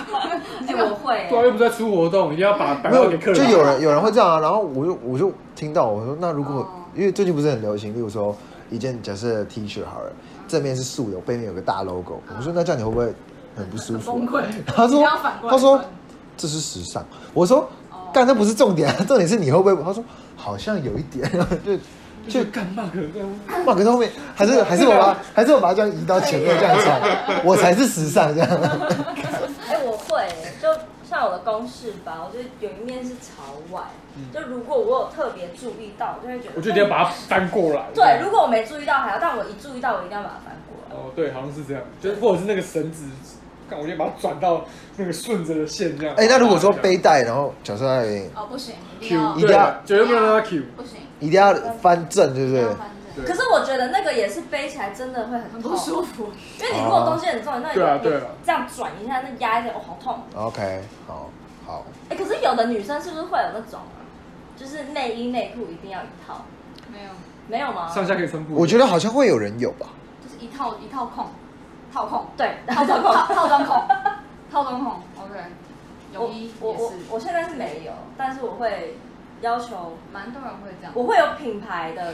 Speaker 3: 哎、我会、
Speaker 2: 对啊，又不是在出活动，一定要把白
Speaker 1: 没
Speaker 2: 发
Speaker 1: 有
Speaker 2: 给客人。
Speaker 1: 就有人有人会这样啊，然后我就我就听到我说，那 如果、
Speaker 5: 哦
Speaker 1: 因为最近不是很流行，例如说一件假设 T 恤好了，正面是素的，背面有个大 logo，我说那这样你会不会很不舒服
Speaker 5: 很崩
Speaker 1: 啊、
Speaker 5: 溃。
Speaker 1: 他说
Speaker 5: 你要反过来
Speaker 1: 他说
Speaker 5: 穿
Speaker 1: 这是时尚。我说
Speaker 5: 哦
Speaker 1: 干，这不是重点啊，重点是你会不会？他说好像有一点，然后 就
Speaker 2: 就干嘛可这样？
Speaker 1: 哇，可是后面还是还是我把还是我把它这样移到前面这样 穿，我才是时尚这样。
Speaker 3: 哎、我会，就像我的公式吧，我觉得有一面是朝外，就如果我有特别注意到，我就会觉得，
Speaker 2: 嗯我就一定要把它翻过来。
Speaker 3: 对，如果我没注意到还好，但我一注意到，我一定要把它翻过来。
Speaker 2: 哦，对，好像是这样，就是或者是那个绳子，看我就把它转到那个顺着的线这样。
Speaker 1: 哎、那如果说背带，然后假设它有点
Speaker 5: 哦，不行，一定要
Speaker 2: ，Q
Speaker 1: 一定要
Speaker 2: 绝对不能让它 Q。
Speaker 5: 不行，
Speaker 1: 一定要翻正，对不
Speaker 5: 不
Speaker 1: 对
Speaker 5: 要？翻
Speaker 2: 对
Speaker 5: 正，
Speaker 3: 可是我觉得那个也是背起来真的会很
Speaker 5: 很
Speaker 3: 痛
Speaker 5: 不舒服。
Speaker 3: 因为你如果东西很重，你那你
Speaker 2: 对啊对啊
Speaker 3: 这样转一下，那压一下，哦，好痛。
Speaker 1: OK，好，好，
Speaker 3: 哎、可是有的女生是不是会有那种啊？就是内衣内裤一定要一套，
Speaker 5: 没有，
Speaker 3: 没有吗？
Speaker 2: 上下可以穿不一样？
Speaker 1: 我觉得好像会有人有吧。
Speaker 5: 就是一套一套控，套控，
Speaker 3: 对，
Speaker 5: 套装 控，套装控，套装控，OK。
Speaker 3: 我
Speaker 5: 泳衣
Speaker 3: 我
Speaker 5: 也
Speaker 3: 我
Speaker 5: 是，
Speaker 3: 我现在是没有，但是我会要求，
Speaker 5: 蛮多人会这样。
Speaker 3: 我会有品牌的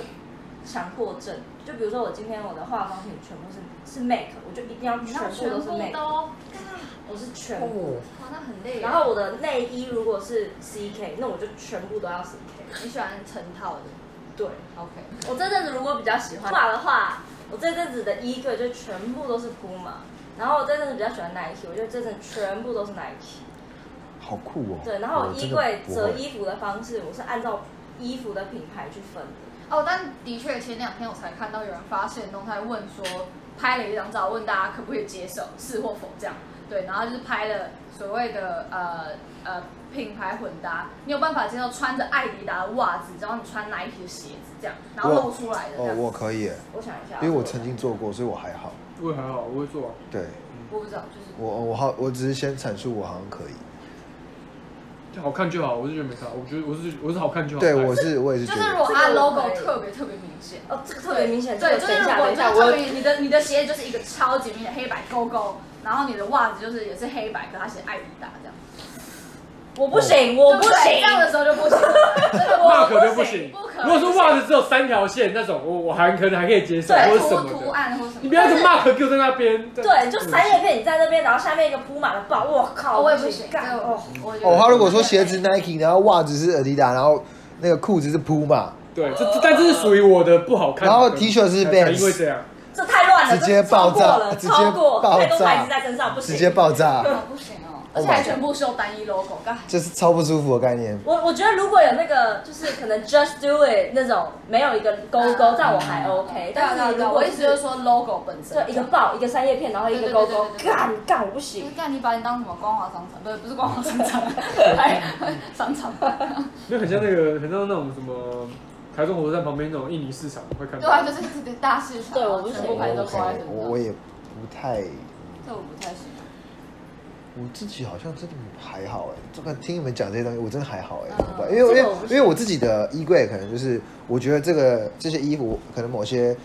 Speaker 3: 强迫症。就比如说我今天我的化妆品全部是是 make，我就一定要
Speaker 5: 你知道
Speaker 3: 全部
Speaker 5: 全
Speaker 3: 都
Speaker 5: 部
Speaker 3: 是
Speaker 5: 都，
Speaker 3: make，
Speaker 5: 哇，
Speaker 3: 我是全部。
Speaker 2: 哦，
Speaker 5: 那很累耶。啊
Speaker 3: 然后我的内衣如果是 CK，那我就全部都要 CK。
Speaker 5: 你喜欢成套的
Speaker 3: 对，
Speaker 5: ，OK。
Speaker 3: 我这阵子如果比较喜欢画的话，我这阵子的衣柜就全部都是 Puma，然后我这阵子比较喜欢 Nike，我觉得这阵子全部都是 Nike。
Speaker 1: 好酷哦！
Speaker 3: 对，然后我衣
Speaker 1: 真的
Speaker 3: 柜
Speaker 1: 不
Speaker 3: 折
Speaker 1: 会
Speaker 3: 衣服的方式，我是按照衣服的品牌去分的。
Speaker 5: 哦，但的确前两天我才看到有人发现动态问说，拍了一张照，问大家可不可以接受，是或否这样。对，然后就是拍了所谓的呃呃品牌混搭，你有办法接受穿着艾迪达的袜子，然后你穿 Nike 的鞋子这样，然后露出来的这
Speaker 1: 哦
Speaker 5: 样，。
Speaker 1: 我可以耶，
Speaker 5: 嗯
Speaker 3: 我想一下，
Speaker 1: 因为我曾经做过，所以我还好。
Speaker 2: 我也还好，我会做啊。
Speaker 1: 对
Speaker 5: 我不知道，就是
Speaker 1: 我，我好，我只是先阐述我好像可以。
Speaker 2: 就好看就好，我是觉得没差。我觉得我是我是好看就好。
Speaker 1: 对，我是我也是觉
Speaker 5: 就是
Speaker 1: 得，
Speaker 5: 如果它
Speaker 3: 这个我
Speaker 5: logo
Speaker 3: 可以
Speaker 5: 特别特别明显。
Speaker 3: 哦，这个特别明显，
Speaker 5: 对，
Speaker 3: 这
Speaker 5: 就
Speaker 3: 个
Speaker 5: 是
Speaker 3: 等一下，等一
Speaker 5: 如果就
Speaker 3: 下，
Speaker 5: 是特
Speaker 3: 我
Speaker 5: 别你的你的鞋就是一个超级明显黑白勾勾，然后你的袜子就是也是黑白，可它写艾迪达这样，
Speaker 3: 我不行，我不
Speaker 5: 对这
Speaker 3: 行，
Speaker 5: 样的时候就不行，真的
Speaker 2: 那
Speaker 5: 我
Speaker 2: 可就
Speaker 5: 不
Speaker 2: 不
Speaker 5: 行
Speaker 2: 行。
Speaker 5: 不可。
Speaker 2: 如果说袜子只有三条线那种，我我还可能还可以接受，或
Speaker 5: 对
Speaker 2: 者什
Speaker 5: 图图
Speaker 2: 么的。
Speaker 5: 案或什么，
Speaker 2: 你不要一个 mark 给我在那边。
Speaker 3: 对，就三叶片你在那边，然后下面一个铺满了爆，我靠，
Speaker 5: 哦我也不行，这
Speaker 3: 干
Speaker 5: 个
Speaker 3: 哦
Speaker 5: 我。我觉得
Speaker 1: 哦，他如果说鞋子 Nike，然后袜子是 Adidas，然后那个裤子是 Puma，
Speaker 2: 对，这这但这是属于我的不好看的。
Speaker 1: 然后 T 恤是
Speaker 2: 才
Speaker 1: Vans
Speaker 2: 因为这样，
Speaker 3: 这太乱了，
Speaker 1: 直接
Speaker 3: 这超过
Speaker 1: 爆炸
Speaker 3: 了
Speaker 1: 直接
Speaker 3: 超过
Speaker 1: 爆炸
Speaker 3: 太多牌子在身上不行。
Speaker 1: 直接爆炸，
Speaker 5: 哦不行哦，而
Speaker 1: Oh my God
Speaker 5: 且还全部秀单一 logo，干
Speaker 1: 这是超不舒服的概念。
Speaker 3: 我我觉得如果有那个就是可能 just do it 那种没有一个勾
Speaker 5: 嗯
Speaker 3: 勾，但我还 OK。但
Speaker 5: 啊
Speaker 3: 是你如果
Speaker 5: 我意思就是说 logo 本身，
Speaker 3: 就一个爆一个三叶片，然后一个勾勾，
Speaker 5: 对对对对对对
Speaker 3: 干干我不
Speaker 5: 就
Speaker 3: 行
Speaker 5: 是。干你把你当什么光华商场，不是不是 光华商场，还 商场，
Speaker 2: 因为很像那个，很像那种什么台中火车站旁边那种印尼市场会看
Speaker 5: 对
Speaker 2: 到
Speaker 5: 啊，。就是这个大市场，
Speaker 3: 对我不行
Speaker 5: 全部
Speaker 1: 我
Speaker 5: 牌都挂在
Speaker 1: OK，
Speaker 5: 身上，
Speaker 1: 我我也不太，
Speaker 5: 这我不太行。
Speaker 1: 我自己好像真的还好哎。这个听你们讲这些东西，我真的还好哎
Speaker 5: 嗯，
Speaker 1: 怎么办因为因为
Speaker 3: 这个我不
Speaker 1: 因为我自己的衣柜可能就是，我觉得这个这些衣服可能某些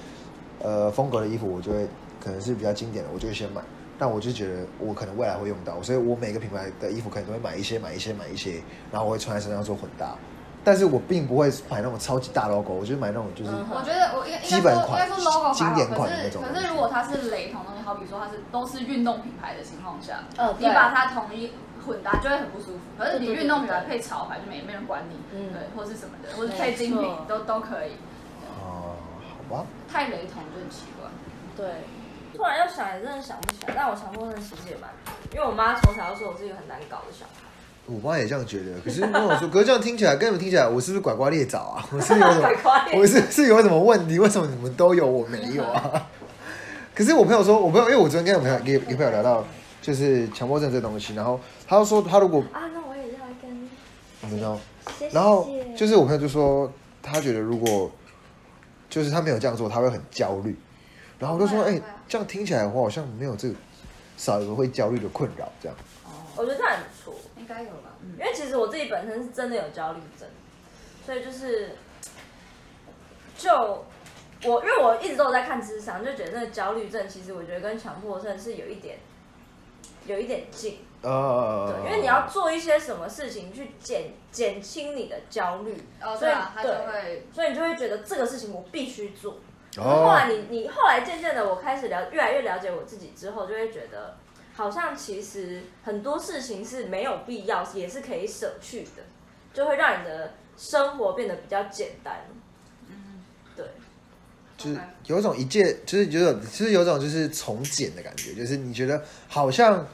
Speaker 1: 呃风格的衣服，我就会可能是比较经典的，我就会先买。但我就觉得我可能未来会用到，所以我每个品牌的衣服可能都会买一些、买一些、买一些，然后我会穿在身上做混搭。
Speaker 3: 嗯
Speaker 1: 但是我并不会买那种超级大 logo，我就买那种就是
Speaker 3: 嗯
Speaker 5: 我觉得我应该
Speaker 1: 基本
Speaker 5: 应该说
Speaker 1: 款
Speaker 5: 应该说 logo
Speaker 1: 经典款的那
Speaker 5: 还好，
Speaker 1: 种
Speaker 5: 可是可是如果它是雷同的东西，好比说它是都是运动品牌的情况下，
Speaker 3: 嗯
Speaker 5: 你
Speaker 3: 对
Speaker 5: 把它统一混搭就会很不舒服。可是你
Speaker 3: 对对对
Speaker 5: 运动品牌配潮牌就没没人管你，
Speaker 3: 嗯
Speaker 5: 对，或是什么的，或是配精
Speaker 3: 没
Speaker 5: 品
Speaker 3: 错
Speaker 5: 都都可以，
Speaker 1: 哦，好吧，
Speaker 5: 太雷同就很奇怪。
Speaker 3: 对，突然要想也真的想不起来，但我强迫症其实也蛮，因为我妈从小就说我是一个很难搞的小孩，
Speaker 1: 我妈也这样觉得。可是跟我说，可是这样听起来，跟你们听起来，我是不是拐瓜裂枣啊？我是有什么
Speaker 3: 拐瓜裂，枣
Speaker 1: 我是是有什么问题？为什么你们都有，我没有 啊？可是我朋友说，我朋友因为我昨天跟我朋友跟跟朋友聊到，就是强迫症这东西，然后他就说他如果
Speaker 3: 啊，那我也要跟，
Speaker 1: 你们知道，
Speaker 3: 谢谢。
Speaker 1: 然后就是我朋友就说，他觉得如果就是他没有这样做，他会很焦虑。然后我就说，
Speaker 5: 会啊
Speaker 1: 哎、
Speaker 5: 会啊
Speaker 1: 这样听起来我好像没有这个少一个会焦虑的困扰，这样。
Speaker 3: 我觉得这样很不错，
Speaker 5: 应该有吧？
Speaker 3: 因为其实我自己本身是真的有焦虑症，所以就是，就我因为我一直都有在看智商，就觉得那个焦虑症其实我觉得跟强迫症是有一点，有一点近，对
Speaker 1: 呃，，
Speaker 3: 因为你要做一些什么事情去减减轻你的焦虑，
Speaker 5: 哦，
Speaker 3: 所
Speaker 5: 对
Speaker 3: 以
Speaker 5: 啊，它就会
Speaker 3: 所以你就会觉得这个事情我必须做。可是
Speaker 1: 哦
Speaker 3: 后来你你后来渐渐的，我开始了越来越了解我自己之后，就会觉得好像其实很多事情是没有必要，也是可以舍去的，就会让你的生活变得比较简单。
Speaker 1: 嗯
Speaker 3: 对，
Speaker 1: 就是有一种一介，就是有种，就是有种就是从简的感觉，就是你觉得好像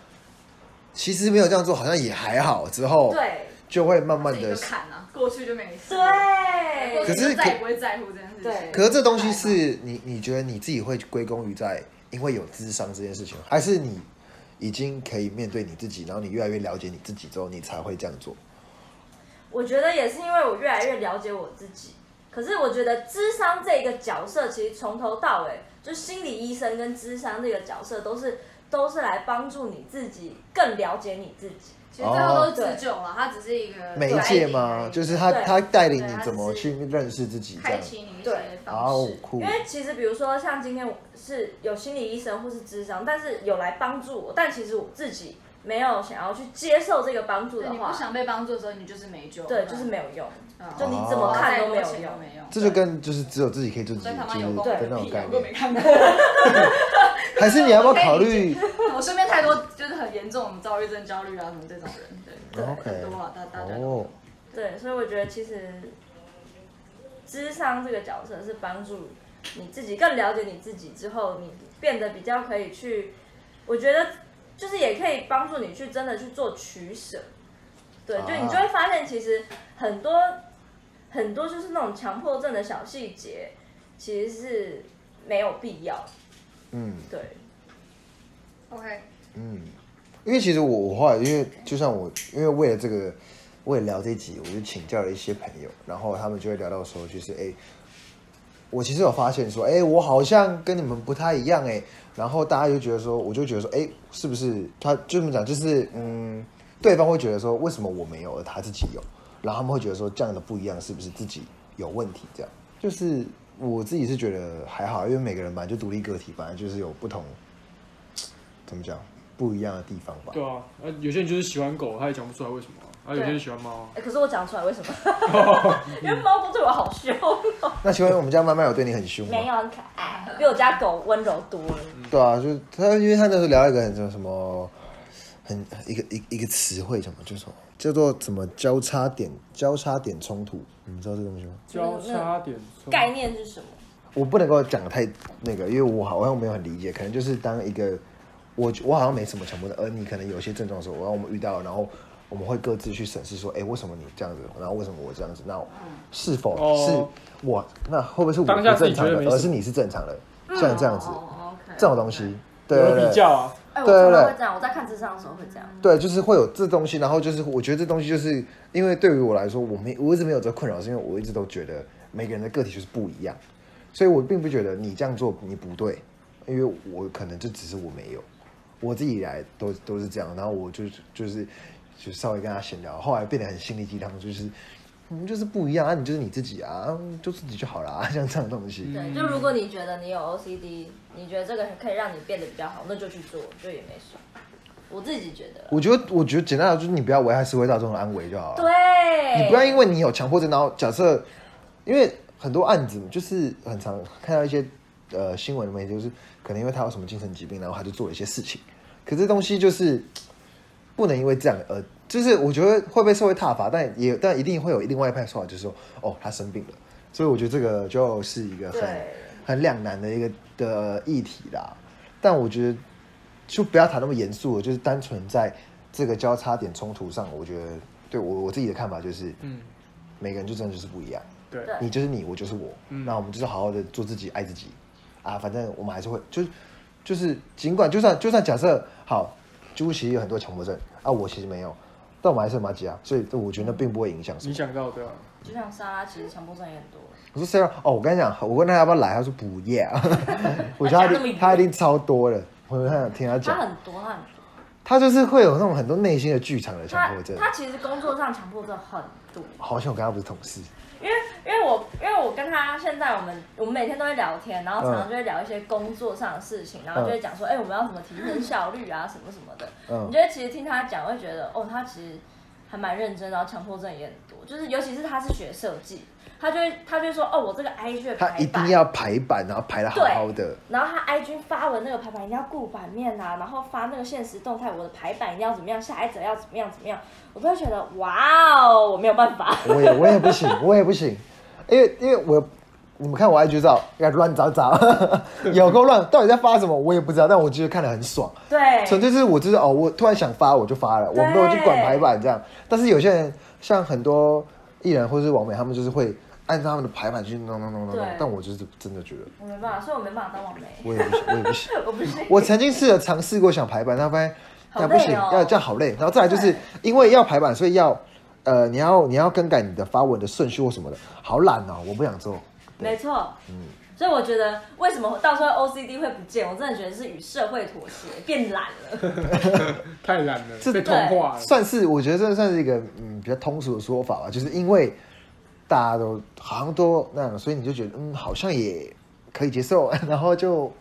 Speaker 1: 其实没有这样做，好像也还好，之后
Speaker 3: 对，
Speaker 1: 就会慢慢
Speaker 5: 一
Speaker 1: 的
Speaker 5: 个。坎啊，过去就没事。
Speaker 3: 对，
Speaker 5: 过去
Speaker 1: 可是
Speaker 5: 就再也不会在乎这件事情。
Speaker 3: 对
Speaker 1: 可是这东西是你，你觉得你自己会归功于在因为有智商这件事情，还是你已经可以面对你自己，然后你越来越了解你自己之后，你才会这样做？
Speaker 3: 我觉得也是因为我越来越了解我自己。可是我觉得智商这个角色，其实从头到尾，就心理医生跟智商这个角色都是都是来帮助你自己更了解你自己。
Speaker 5: 其实最后都是自救了，它只是一个
Speaker 1: 哦媒介吗？就是他
Speaker 3: 对
Speaker 1: 他带领
Speaker 5: 对
Speaker 1: 你
Speaker 5: 他
Speaker 1: 怎么
Speaker 5: 只
Speaker 1: 去
Speaker 5: 是
Speaker 1: 认识自己这
Speaker 5: 开
Speaker 1: 样。
Speaker 5: 启你一
Speaker 3: 对
Speaker 5: 些
Speaker 1: 哦
Speaker 5: 方式。，
Speaker 1: 酷
Speaker 3: 因！为其实比如说像今天我是有心理医生或是智商，但是有来帮助我，但其实我自己没有想要去接受这个帮助
Speaker 5: 对
Speaker 3: 的
Speaker 5: 你不
Speaker 3: 话，
Speaker 5: 想被帮助的时候，你就是没救。
Speaker 3: 对，就是没有用，
Speaker 5: 嗯，
Speaker 3: 就
Speaker 5: 就
Speaker 3: 你怎么看都没有
Speaker 5: 都
Speaker 3: 用。
Speaker 5: 没用。
Speaker 1: 这就跟就是只有自己可以做自己，
Speaker 5: 所以
Speaker 1: 就是
Speaker 5: 台湾有功
Speaker 1: 的
Speaker 5: 能
Speaker 1: 那种
Speaker 5: 屁
Speaker 1: 概
Speaker 5: 啊我都
Speaker 1: 念。
Speaker 5: 没看过。
Speaker 1: 还是你要不要考虑？
Speaker 5: 我身边太多就是很严重躁郁症、焦虑啊什么这种人，对，
Speaker 1: OK
Speaker 5: 很多啊，大大家都
Speaker 1: 哦，
Speaker 3: 对，所以我觉得其实智商这个角色是帮助你自己更了解你自己之后，你变得比较可以去，我觉得就是也可以帮助你去真的去做取舍。对，就你就会发现，其实很多很多就是那种强迫症的小细节，其实是没有必要。
Speaker 1: 嗯
Speaker 3: 对，
Speaker 5: OK，
Speaker 1: 嗯，因为其实我我后来因为就像我因为为了这个，为了聊这一集，我就请教了一些朋友，然后他们就会聊到说，就是哎、我其实有发现说，哎、我好像跟你们不太一样哎、然后大家就觉得说，我就觉得说，哎、是不是他就这么讲，就是嗯，对方会觉得说，为什么我没有，而他自己有，然后他们会觉得说，这样的不一样是不是自己有问题？这样就是我自己是觉得还好，因为每个人本来就独立个体，本来就是有不同，怎么讲不一样的地方吧。
Speaker 2: 对啊，啊，有些人就是喜欢狗，他也讲不出来为什么啊，啊，有些人喜欢猫啊，
Speaker 3: 哎，可是我讲出来为什么？ 因为猫都对我好凶哦，
Speaker 1: 那请问我们家麦麦有对你很凶吗？
Speaker 3: 没有很可爱，比我家狗温柔多了。
Speaker 1: 对啊，就是他，因为他那时候聊一个很什么什么，很一个一一个词汇什么，就是什么叫做什么交叉点交叉点冲突，你们知道这个东西吗？
Speaker 2: 交叉点冲
Speaker 3: 概念是什么？
Speaker 1: 我不能够讲得太那个，因为我好像没有很理解，可能就是当一个我我好像没什么强迫症，而你可能有些症状的时候，然后我们遇到，然后我们会各自去审视说，哎、为什么你这样子，然后为什么我这样子，那是否
Speaker 2: 哦
Speaker 1: 是我、那会不会是我
Speaker 2: 当下
Speaker 1: 不
Speaker 2: 自己
Speaker 1: 正常
Speaker 2: 觉得
Speaker 1: 的
Speaker 2: 没，什么
Speaker 1: 而是你是正常的，像这样子、
Speaker 5: 嗯哦，OK，
Speaker 1: 这种东西，对
Speaker 2: 有
Speaker 1: 对对
Speaker 2: 比较啊，
Speaker 3: 哎，我
Speaker 1: 对对
Speaker 3: 常常
Speaker 1: 对
Speaker 3: 会这样，我在看智商的时候会这样。
Speaker 1: 对，就是会有这东西，然后就是我觉得这东西就是因为对于我来说，我没我一直没有这困扰，是因为我一直都觉得每个人的个体就是不一样，所以我并不觉得你这样做你不对，因为我可能就只是我没有，我自己以来都都是这样，然后我就就是就稍微跟他闲聊，后来变得很心灵鸡汤，就是我们就是不一样啊，你就是你自己啊，就自己就好啦，像这样的东西，
Speaker 3: 对，就如果你觉得你有 OCD，你觉得这个可以让你变得比较好，那就去做，就也没什么。我自己觉得啦。
Speaker 1: 我觉得我觉得简单的就是你不要危害社会大众的安危就好了。
Speaker 3: 对，
Speaker 1: 你不要因为你有强迫症，然后假设，因为很多案子就是很常看到一些呃新闻里面，就是可能因为他有什么精神疾病，然后他就做了一些事情，可这东西就是不能因为这样而，就是我觉得会被社会挞伐，但也但一定会有另外一派说法，就是说哦他生病了，所以我觉得这个就是一个很
Speaker 3: 对
Speaker 1: 很两难的一个的议题啦。但我觉得就不要谈那么严肃了，就是单纯在这个交叉点冲突上，我觉得对我我自己的看法就是，
Speaker 2: 嗯，
Speaker 1: 每个人就真的就是不一样，
Speaker 2: 对，
Speaker 3: 对
Speaker 1: 你就是你，我就是我，
Speaker 2: 嗯
Speaker 1: 那我们就是好好的做自己，爱自己啊，反正我们还是会，就是就是尽管就算就算假设好，朱其实有很多强迫症啊，我其实没有，但我们还是很麻吉啊，所以我觉得那并不会影响什
Speaker 2: 你
Speaker 1: 么。
Speaker 2: 想到对啊，
Speaker 3: 就像莎拉，其实强迫症也很多。
Speaker 1: 我说 Sarah，哦，我跟你讲，我问他要不要来，他说不 要，我觉得他一
Speaker 3: 他讲那么
Speaker 1: 定
Speaker 3: 远
Speaker 1: 他一定超多的，我想听他讲
Speaker 3: 他，很多，他很多。
Speaker 1: 他就是会有那种很多内心的剧场的强
Speaker 3: 他
Speaker 1: 迫症。
Speaker 3: 他其实工作上强迫症很多，
Speaker 1: 好像我跟他不是同事，
Speaker 3: 因为因为我因为我跟他现在我们我们每天都会聊
Speaker 1: 嗯
Speaker 3: 天，然后常常就会聊一些工作上的事情，然后就会讲 说，哎、我们要怎么提升效率啊，什么什么的。
Speaker 1: 嗯
Speaker 3: 你觉得其实听他讲，会觉得哦，他其实还蛮认真，然后强迫症也很多，就是尤其是他是学设计，他就会他就会说哦，我这个 IG 的
Speaker 1: 他
Speaker 3: 排
Speaker 1: 一定
Speaker 3: 版
Speaker 1: 要排版，然后排的好好的。
Speaker 3: 然后他 IG 发文那个排版一定要顾版面啊，然后发那个现实动态，我的排版一定要怎么样，下一则要怎么样怎么样，我都会觉得哇哦，我没有 办法。
Speaker 1: 我也我也 不行，我也不行，因为因为我你们看我 IG 照，乱糟 糟，有够乱，到底在发什么我也不知道，但我就是看得很爽，
Speaker 3: 对，
Speaker 1: 纯粹是我就是哦，我突然想发我就发了，我没有去管排版这样。但是有些人像很多艺人或是网美，他们就是会按照他们的排版去弄弄弄弄弄
Speaker 3: 对，
Speaker 1: 但我就是真的觉得
Speaker 3: 我没办法，所以我没办法当网媒，
Speaker 1: 我也不行，我也不行。
Speaker 3: 我 不是。
Speaker 1: 我曾经试着尝试过想排版，但发现
Speaker 3: 好
Speaker 1: 那不行，
Speaker 3: 累哦
Speaker 1: 要这样好累。然后再来就是
Speaker 3: 对
Speaker 1: 因为要排版，所以要呃，你要你要更改你的发文的顺序或什么的，好懒哦，我不想做。
Speaker 3: 没错，
Speaker 1: 嗯
Speaker 3: 所以我觉得为什么到时候 OCD 会不见，我真的觉得是与社会妥协，变懒了。
Speaker 2: 太懒了，
Speaker 1: 这
Speaker 2: 被同化了。
Speaker 1: 算是我觉得这算是一个嗯比较通俗的说法吧，就是因为大家都好像都那样，所以你就觉得嗯好像也可以接受， 然后就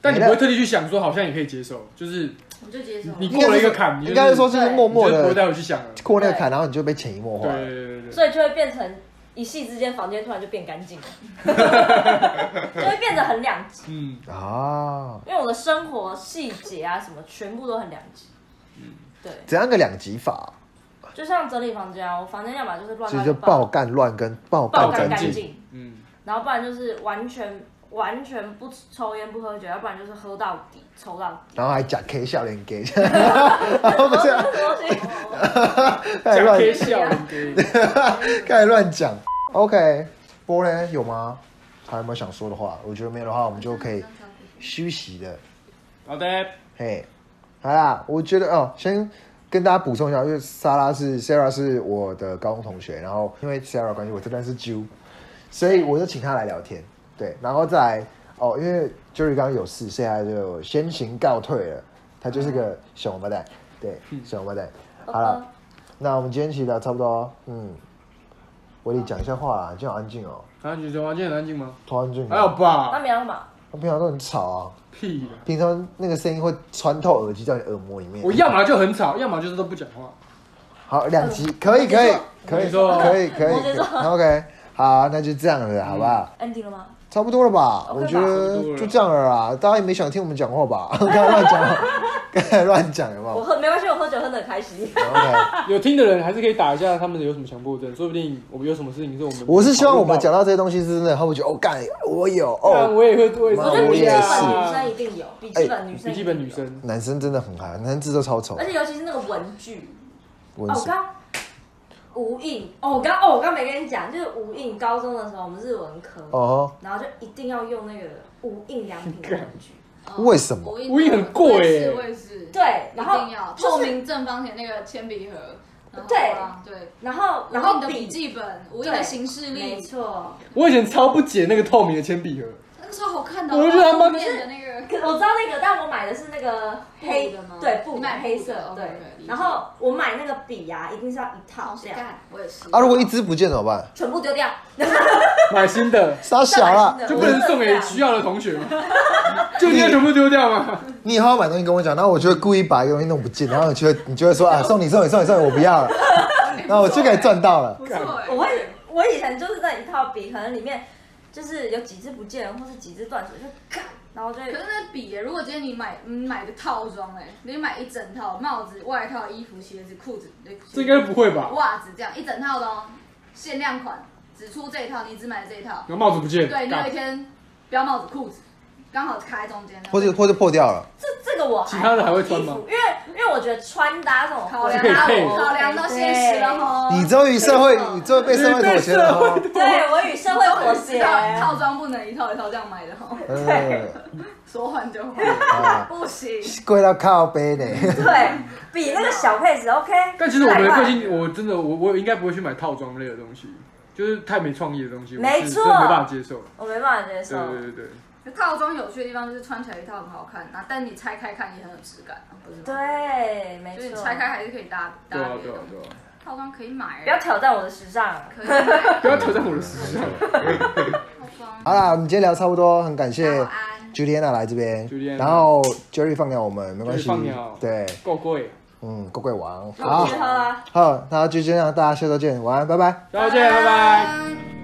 Speaker 2: 但你不会特地去想说，好像也可以接受，就是
Speaker 5: 我就接受。
Speaker 2: 你过了一个坎，
Speaker 1: 嗯应该是说
Speaker 2: 你
Speaker 1: 就是默
Speaker 2: 就
Speaker 1: 默
Speaker 2: 不会带
Speaker 1: 的
Speaker 2: 我去想了。
Speaker 1: 过那个坎，然后你就被潜移默化
Speaker 2: 对
Speaker 1: 了。
Speaker 2: 对对对对，
Speaker 3: 所以就会变成一夕之间，房间突然就变干 净了，就会变得很两极。
Speaker 2: 嗯，
Speaker 1: 啊，
Speaker 3: 因为我的生活细节啊什么，全部都很两极。
Speaker 1: 嗯
Speaker 3: 对，
Speaker 1: 怎样个两极法？
Speaker 3: 就像整理房间啊，我房间要么就是乱
Speaker 1: 就
Speaker 3: 到
Speaker 1: 是
Speaker 3: 一
Speaker 1: 爆
Speaker 3: 爆
Speaker 1: 干乱跟爆干
Speaker 3: 爆干
Speaker 1: 干
Speaker 3: 干
Speaker 1: 净。
Speaker 3: 净，
Speaker 2: 嗯，
Speaker 3: 然后不然就是完全完全不抽烟不喝酒，要不然就是喝到底抽到 底。
Speaker 1: 然后还假 K 笑脸给， 然后不是啊
Speaker 3: 什么东西？
Speaker 1: 开始
Speaker 2: 假
Speaker 1: 乱
Speaker 2: 贴笑脸给你。
Speaker 1: 开始乱讲。OK，波呢有吗？还有没有想说的话？我觉得没有的话，我们就可以休息的。
Speaker 2: 好的，
Speaker 1: 嘿，好啦，我觉得哦，先跟大家补充一下，因为莎拉是 Sarah 是我的高中同学，然后因为 Sarah 的关系，我这边是 Jew，所以我就请她来聊天。对，然后再来哦，因为 Jerry 刚刚有事，所以他就先行告退了。他就是个小王八蛋，对，
Speaker 2: 嗯
Speaker 1: 小王八蛋。好了，那我们今天其实聊差不多哦，嗯，我得讲一下话啦，就好安静哦，
Speaker 2: 啊，你觉得房间很安静吗？
Speaker 1: 好安静哦。
Speaker 2: 还有
Speaker 3: 那
Speaker 2: 吧，
Speaker 3: 没有嘛？
Speaker 1: 我平常都很吵啊，
Speaker 2: 屁啦！
Speaker 1: 平常那个声音会穿透耳机到你耳膜里面。
Speaker 2: 我要么就很吵，要么就是都不讲话。
Speaker 1: 好，两集可以可以可以
Speaker 2: 摩羯座
Speaker 1: 可以可以
Speaker 3: 摩羯座
Speaker 1: 可以，OK，好，那就这样了，好吧，
Speaker 3: 安静了吗？
Speaker 1: 差不多了吧？
Speaker 3: OK 吧
Speaker 1: 我觉得
Speaker 2: 差不多了
Speaker 1: 就这样了啦，大家也没想听我们讲话吧？刚才乱讲，刚才乱讲有没
Speaker 3: 我
Speaker 1: 有
Speaker 3: 喝没关系，我喝酒喝得很开心。
Speaker 1: ？OK，
Speaker 2: 有听的人还是可以打一下，他们有什么强迫症，说不定我们有什么事情是我们。
Speaker 1: 我是希望我们讲，到这些东西是真的，他会觉得哦，干，我有
Speaker 2: 不然
Speaker 1: 哦，
Speaker 2: 我也会，我也
Speaker 1: 妈
Speaker 3: 我
Speaker 1: 啊
Speaker 3: 觉得
Speaker 1: 我
Speaker 3: 笔记
Speaker 1: 也是哎
Speaker 3: 本女生一定有，笔记本女生
Speaker 2: 笔
Speaker 3: 一定
Speaker 2: 记
Speaker 3: 有
Speaker 2: 本女，生，
Speaker 1: 男生真的很嗨，男生字都超丑
Speaker 3: 而，且尤其是那个文具。
Speaker 1: 文
Speaker 3: 哦，我
Speaker 1: 字
Speaker 3: 刚无印哦，我刚哦，我刚没跟你讲，就是无印高中的时候，我们日文科，
Speaker 1: 哦，
Speaker 3: 然后就一定要用那个无印良品的文 具。
Speaker 1: 为什么
Speaker 5: 我
Speaker 2: 无印很贵
Speaker 5: 我也是
Speaker 2: 欸
Speaker 5: 我也是。
Speaker 3: 对，
Speaker 5: 一
Speaker 3: 然后
Speaker 5: 定要
Speaker 3: 就是
Speaker 5: 透，明正方形那个铅笔盒。然后
Speaker 3: 对
Speaker 5: 啊对，
Speaker 3: 然后然
Speaker 5: 然
Speaker 3: 后
Speaker 5: 后的笔，记本，无印
Speaker 3: 对
Speaker 5: 的行事
Speaker 3: 没
Speaker 5: 历，
Speaker 3: 错。
Speaker 2: 我以前超不解那个透明的铅笔盒，
Speaker 5: 那个超好看的。
Speaker 2: 我就觉得他妈
Speaker 5: 后面的那个
Speaker 3: 可我知道那个，但我买的是那个黑
Speaker 5: 布的吗
Speaker 3: 对布
Speaker 5: 你买布的
Speaker 3: 黑色
Speaker 5: 哦
Speaker 3: 对
Speaker 5: 对理。解
Speaker 3: 然后我买那个笔呀，一定是要一套这样，
Speaker 5: 干，我也是。
Speaker 1: 啊？如果一只不见怎么办？
Speaker 3: 全部丢掉，
Speaker 2: 买新的
Speaker 1: 傻小啊啦，
Speaker 2: 就不能送给需要的同学吗？就应该全部丢掉吗？
Speaker 1: 你以后要买东西跟我讲，然后我就会故意把一个东西弄不见，然后你就会你就会说啊，送你送你送你送你，我不要了，然后我就可以赚到了。
Speaker 5: 不错欸，
Speaker 3: 我会，我以前就是那一套笔，可能里面就是有几支不见了，或是几支断水，就嘎，然后就
Speaker 5: 可
Speaker 3: 会
Speaker 5: 是那笔耶，如果今天你买你买个套装哎，你买一整套帽子、外套、衣服、鞋子、裤子，对
Speaker 2: 这应该不会吧？
Speaker 5: 袜子这样一整套的哦，限量款，只出这一套，你只买这一套。
Speaker 2: 然后帽子不见，
Speaker 5: 对你有
Speaker 2: 干
Speaker 5: 一天标帽子、裤子刚好卡在中间，
Speaker 1: 或者或者破掉了，
Speaker 3: 这这个我
Speaker 2: 其他的还会穿
Speaker 3: 衣
Speaker 2: 吗
Speaker 3: 服因为因为我觉得穿搭这种
Speaker 5: 考
Speaker 2: 是
Speaker 5: 量
Speaker 2: 可以配
Speaker 5: 到我考量到现实了吼。
Speaker 1: 你终于社会，你终于哦被社会妥协了哦。
Speaker 3: 对我与社会妥协，
Speaker 5: 套装不能一套一套这样买的吼，
Speaker 1: 嗯，
Speaker 5: 说换就换，
Speaker 1: 啊，
Speaker 5: 不 行。
Speaker 1: 贵到靠背呢。
Speaker 3: 对比那个小配子 OK。
Speaker 2: 但其实我们的个
Speaker 3: 100
Speaker 2: 性，我真的我我应该不会去买套装类的东西，就是太没创意的东西，我
Speaker 3: 没
Speaker 2: 是
Speaker 3: 错
Speaker 2: 真的没办法接受。
Speaker 3: 万我没办法接受
Speaker 2: 对。对对对，
Speaker 5: 套装有趣的地方就是穿起来一套很好看，然后但你拆开看也很有质感啊，不是吗？
Speaker 3: 对，没
Speaker 5: 就是你
Speaker 3: 错。
Speaker 5: 拆开还是可以搭
Speaker 2: 对
Speaker 5: 搭
Speaker 2: 啊
Speaker 5: 别
Speaker 2: 对
Speaker 5: 的
Speaker 2: 啊。对啊，
Speaker 5: 套装可以买，
Speaker 3: 不要挑战我的时尚，
Speaker 5: 可以买
Speaker 2: 不要挑战我的时尚。
Speaker 5: 套装。
Speaker 1: 好啦，我们今天聊差不多，很感谢
Speaker 5: 早安
Speaker 1: Juliana 来这边，
Speaker 2: Juliana
Speaker 1: 然后 Jerry 放掉我们没关系
Speaker 2: Jerry 放鸟，
Speaker 1: 对，
Speaker 2: 够贵，
Speaker 1: 嗯，怪怪王，
Speaker 3: 那我
Speaker 1: 好
Speaker 3: 们去，喝啦。啊
Speaker 1: 好，那就这样，大家下周见，晚安，拜拜。
Speaker 2: 大家见，拜拜。
Speaker 5: 拜。